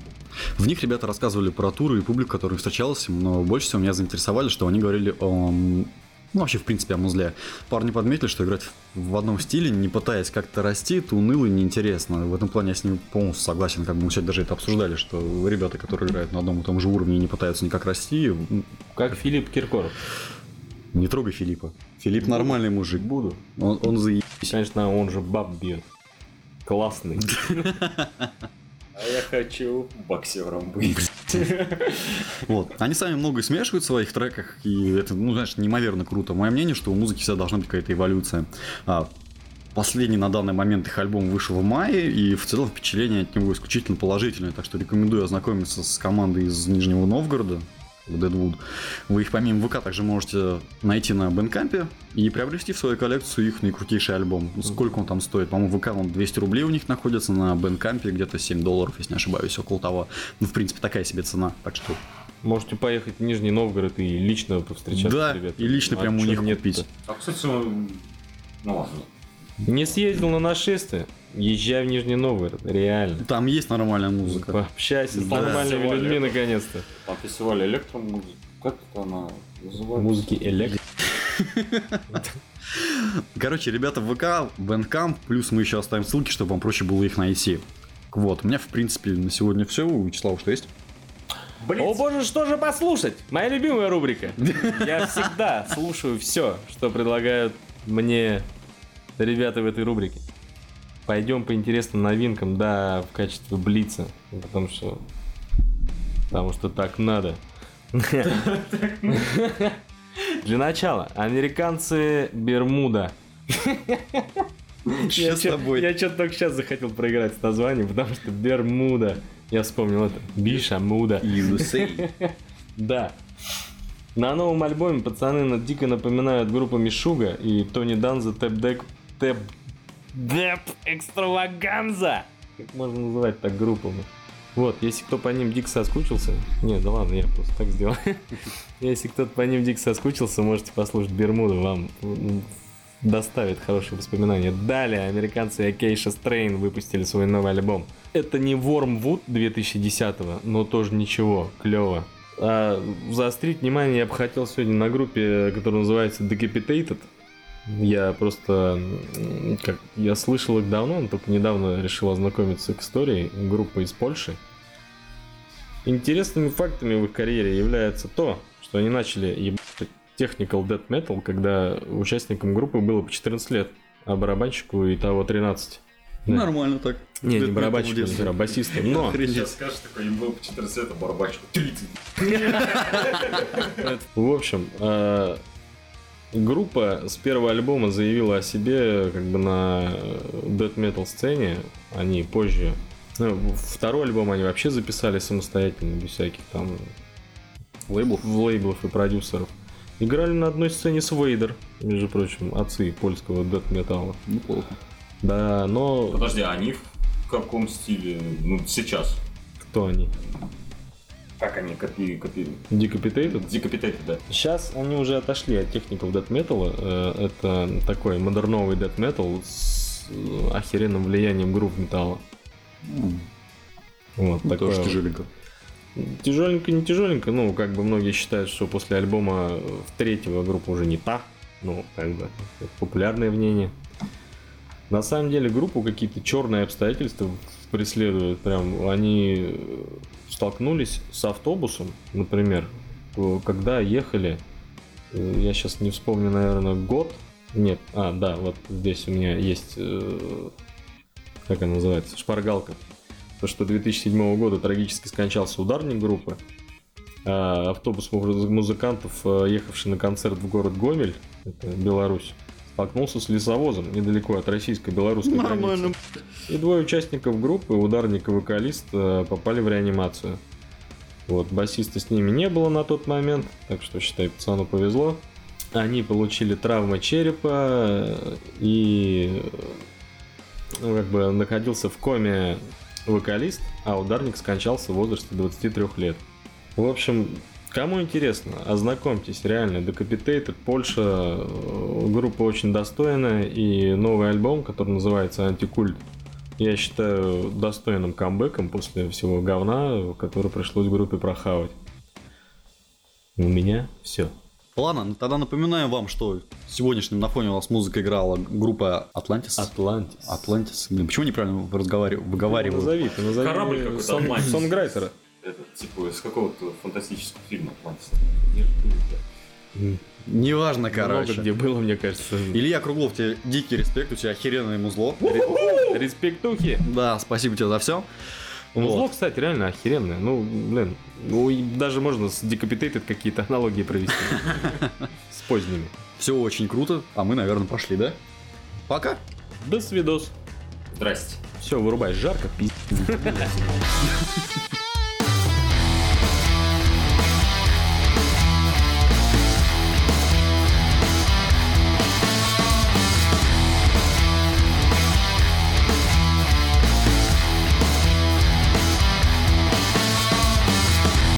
Speaker 1: В них ребята рассказывали про туры и публику, которая встречалась, но больше всего меня заинтересовали, что они говорили о... м, Ну, вообще, в принципе, о музле. Парни подметили, что играть в одном стиле, не пытаясь как-то расти, это уныло и неинтересно. В этом плане я с ними полностью согласен, как бы мы сегодня даже это обсуждали, что ребята, которые играют на одном и том же уровне и не пытаются никак расти, м,
Speaker 2: Как Филипп Киркоров.
Speaker 1: не трогай Филиппа. Филипп нормальный мужик.
Speaker 2: Буду.
Speaker 1: Он, он заебись.
Speaker 2: Конечно, он же баб бьет. Классный.
Speaker 3: А я хочу боксером быть.
Speaker 1: Вот. Они сами много и смешивают в своих треках, и это, ну, знаешь, неимоверно круто. Мое мнение, что у музыки всегда должна быть какая-то эволюция. А, последний на данный момент их альбом вышел в мае, и в целом впечатление от него исключительно положительное, так что рекомендую ознакомиться с командой из Нижнего Новгорода. Deadwood. Вы их помимо ВК также можете найти на Бенкампе и приобрести в свою коллекцию их наикрутейший альбом. Сколько он там стоит? По-моему, ВК он 200 рублей у них находится, на Бенкампе где-то 7 долларов, если не ошибаюсь, около того. Ну, в принципе, такая себе цена, так что...
Speaker 2: Можете поехать в Нижний Новгород и лично повстречаться
Speaker 1: да,
Speaker 2: с ребятами.
Speaker 1: и лично
Speaker 2: А
Speaker 1: прямо у
Speaker 2: чё
Speaker 1: них
Speaker 2: нет-то?
Speaker 1: купить.
Speaker 3: А, кстати, ну ну ладно.
Speaker 2: Не съездил на нашествие? Езжай в Нижний Новгород, реально.
Speaker 1: Там есть нормальная музыка.
Speaker 2: Пообщайся с
Speaker 1: Да.
Speaker 2: нормальными
Speaker 3: Фестиваль,
Speaker 2: людьми
Speaker 3: это.
Speaker 2: наконец-то.
Speaker 3: Там фестиваль электромузыки. Как это она называется?
Speaker 2: Музыки электро.
Speaker 1: Короче, ребята, ВК, Bandcamp, плюс мы еще оставим ссылки, чтобы вам проще было их найти. Вот, у меня, в принципе, на сегодня все. У Вячеслава что есть?
Speaker 2: О боже, что же послушать? Моя любимая рубрика. Я всегда слушаю все, что предлагают мне ребята в этой рубрике. Пойдем по интересным новинкам, да, в качестве блица. Ну, Потому что... Потому что так надо. Для начала, американцы Бермуда. Я
Speaker 1: с
Speaker 2: чё-
Speaker 1: тобой?
Speaker 2: Я что-то только сейчас захотел проиграть с названием, потому что Бермуда. Я вспомнил это. Бишамуда. Да. На новом альбоме пацаны на- дико напоминают группу Мишуга и Тони Данза Тэп Дэк Тэп Дэп Экстраваганза. Как можно называть так группу? ну? Вот, если кто по ним дико соскучился, не, да ладно, я просто так сделал. Если кто-то по ним дико соскучился, можете послушать Бермуду, вам м, доставит хорошие воспоминания. Далее американцы Acacia Strain выпустили свой новый альбом. Это не Wormwood 2010, но тоже ничего, клево. А, заострить внимание я бы хотел сегодня на группе, которая называется Decapitated. Я просто, м, как я слышал их давно, но только недавно решил ознакомиться к истории. Группа из Польши. Интересными фактами в их карьере является то, что они начали ебать technical death metal, когда участникам группы было по 14 лет, а барабанщику и того 13. Да.
Speaker 1: Ну, Нормально так.
Speaker 2: Не, не
Speaker 1: Дэт-метал в
Speaker 2: барабанщику, не
Speaker 1: детстве.
Speaker 2: знаю, басистом, но...
Speaker 3: Сейчас скажешь такой, им было по 14 лет, а барабанщику 30.
Speaker 2: В общем, э, группа с первого альбома заявила о себе как бы на death metal сцене. Они позже... ну, второй альбом они вообще записали самостоятельно, без всяких там лейблов, лейблов и продюсеров. Играли на одной сцене с Вейдер, между прочим, отцы польского death металла.
Speaker 1: Неплохо.
Speaker 2: Да, но
Speaker 3: Подожди, а они в каком стиле? Ну, сейчас.
Speaker 2: кто они?
Speaker 3: Как они копи... копи...
Speaker 2: Decapitated?
Speaker 3: Декапитеты, да.
Speaker 2: Сейчас они уже отошли от техников Death Metal. Э, Это такой модерновый Death Metal с э, охеренным влиянием грув металла. Вот, такое
Speaker 1: Ну, Тоже
Speaker 2: вот.
Speaker 1: тяжеленько.
Speaker 2: Тяжеленько, не тяжеленько. Ну, как бы многие считают, что после альбома э, в третьего группа уже не та. Ну, как бы, это популярное мнение. На самом деле группу какие-то черные обстоятельства преследуют. Прям они э, столкнулись с автобусом, например, э, когда ехали, э, я сейчас не вспомню, наверное, год. Нет, а, да, вот здесь у меня есть, э, как она называется, шпаргалка. То, что 2007 года трагически скончался ударник группы. А, автобус муз- музыкантов, э, ехавший на концерт в город Гомель, это Беларусь, столкнулся с лесовозом недалеко от российско-белорусской границы.
Speaker 1: Нормально.
Speaker 2: И двое участников группы, ударник и вокалист, э, попали в реанимацию. Вот, басиста с ними не было на тот момент, так что, считай, пацану повезло. Они получили травмы черепа э, и э, ну, как бы находился в коме вокалист, а ударник скончался в возрасте 23 лет. В общем, кому интересно, ознакомьтесь, реально, Decapitated, Польша, э, группа очень достойная, и новый альбом, который называется «Антикульт», я считаю достойным камбэком после всего говна, который пришлось группе прохавать. У меня все.
Speaker 1: Ладно, ну тогда напоминаем вам, что сегодняшним на фоне у нас музыка играла группа Atlantis.
Speaker 2: Атлантис.
Speaker 1: Атлантис. Блин, почему неправильно разговариваю,
Speaker 2: Ты
Speaker 1: выговариваю?
Speaker 2: Назови, ты назови.
Speaker 3: Корабль какой-то,
Speaker 2: сон-
Speaker 3: «Атлантис».
Speaker 2: сонграйтера.
Speaker 3: Это типа из какого-то фантастического фильма «Атлантис».
Speaker 1: Неважно, короче.
Speaker 2: Много где было, мне кажется.
Speaker 1: Илья Круглов, тебе дикий респект, у тебя охеренное музло.
Speaker 2: Респектухи.
Speaker 1: Да, спасибо тебе за все.
Speaker 2: Музло, кстати, реально охеренное. Ну, блин, ну, и даже можно с Decapitated какие-то аналогии провести. С поздними.
Speaker 1: Все очень круто, а мы, наверное, пошли, да? Пока.
Speaker 2: До свидос.
Speaker 3: Здрасте.
Speaker 2: Все, вырубай, жарко, пиздец.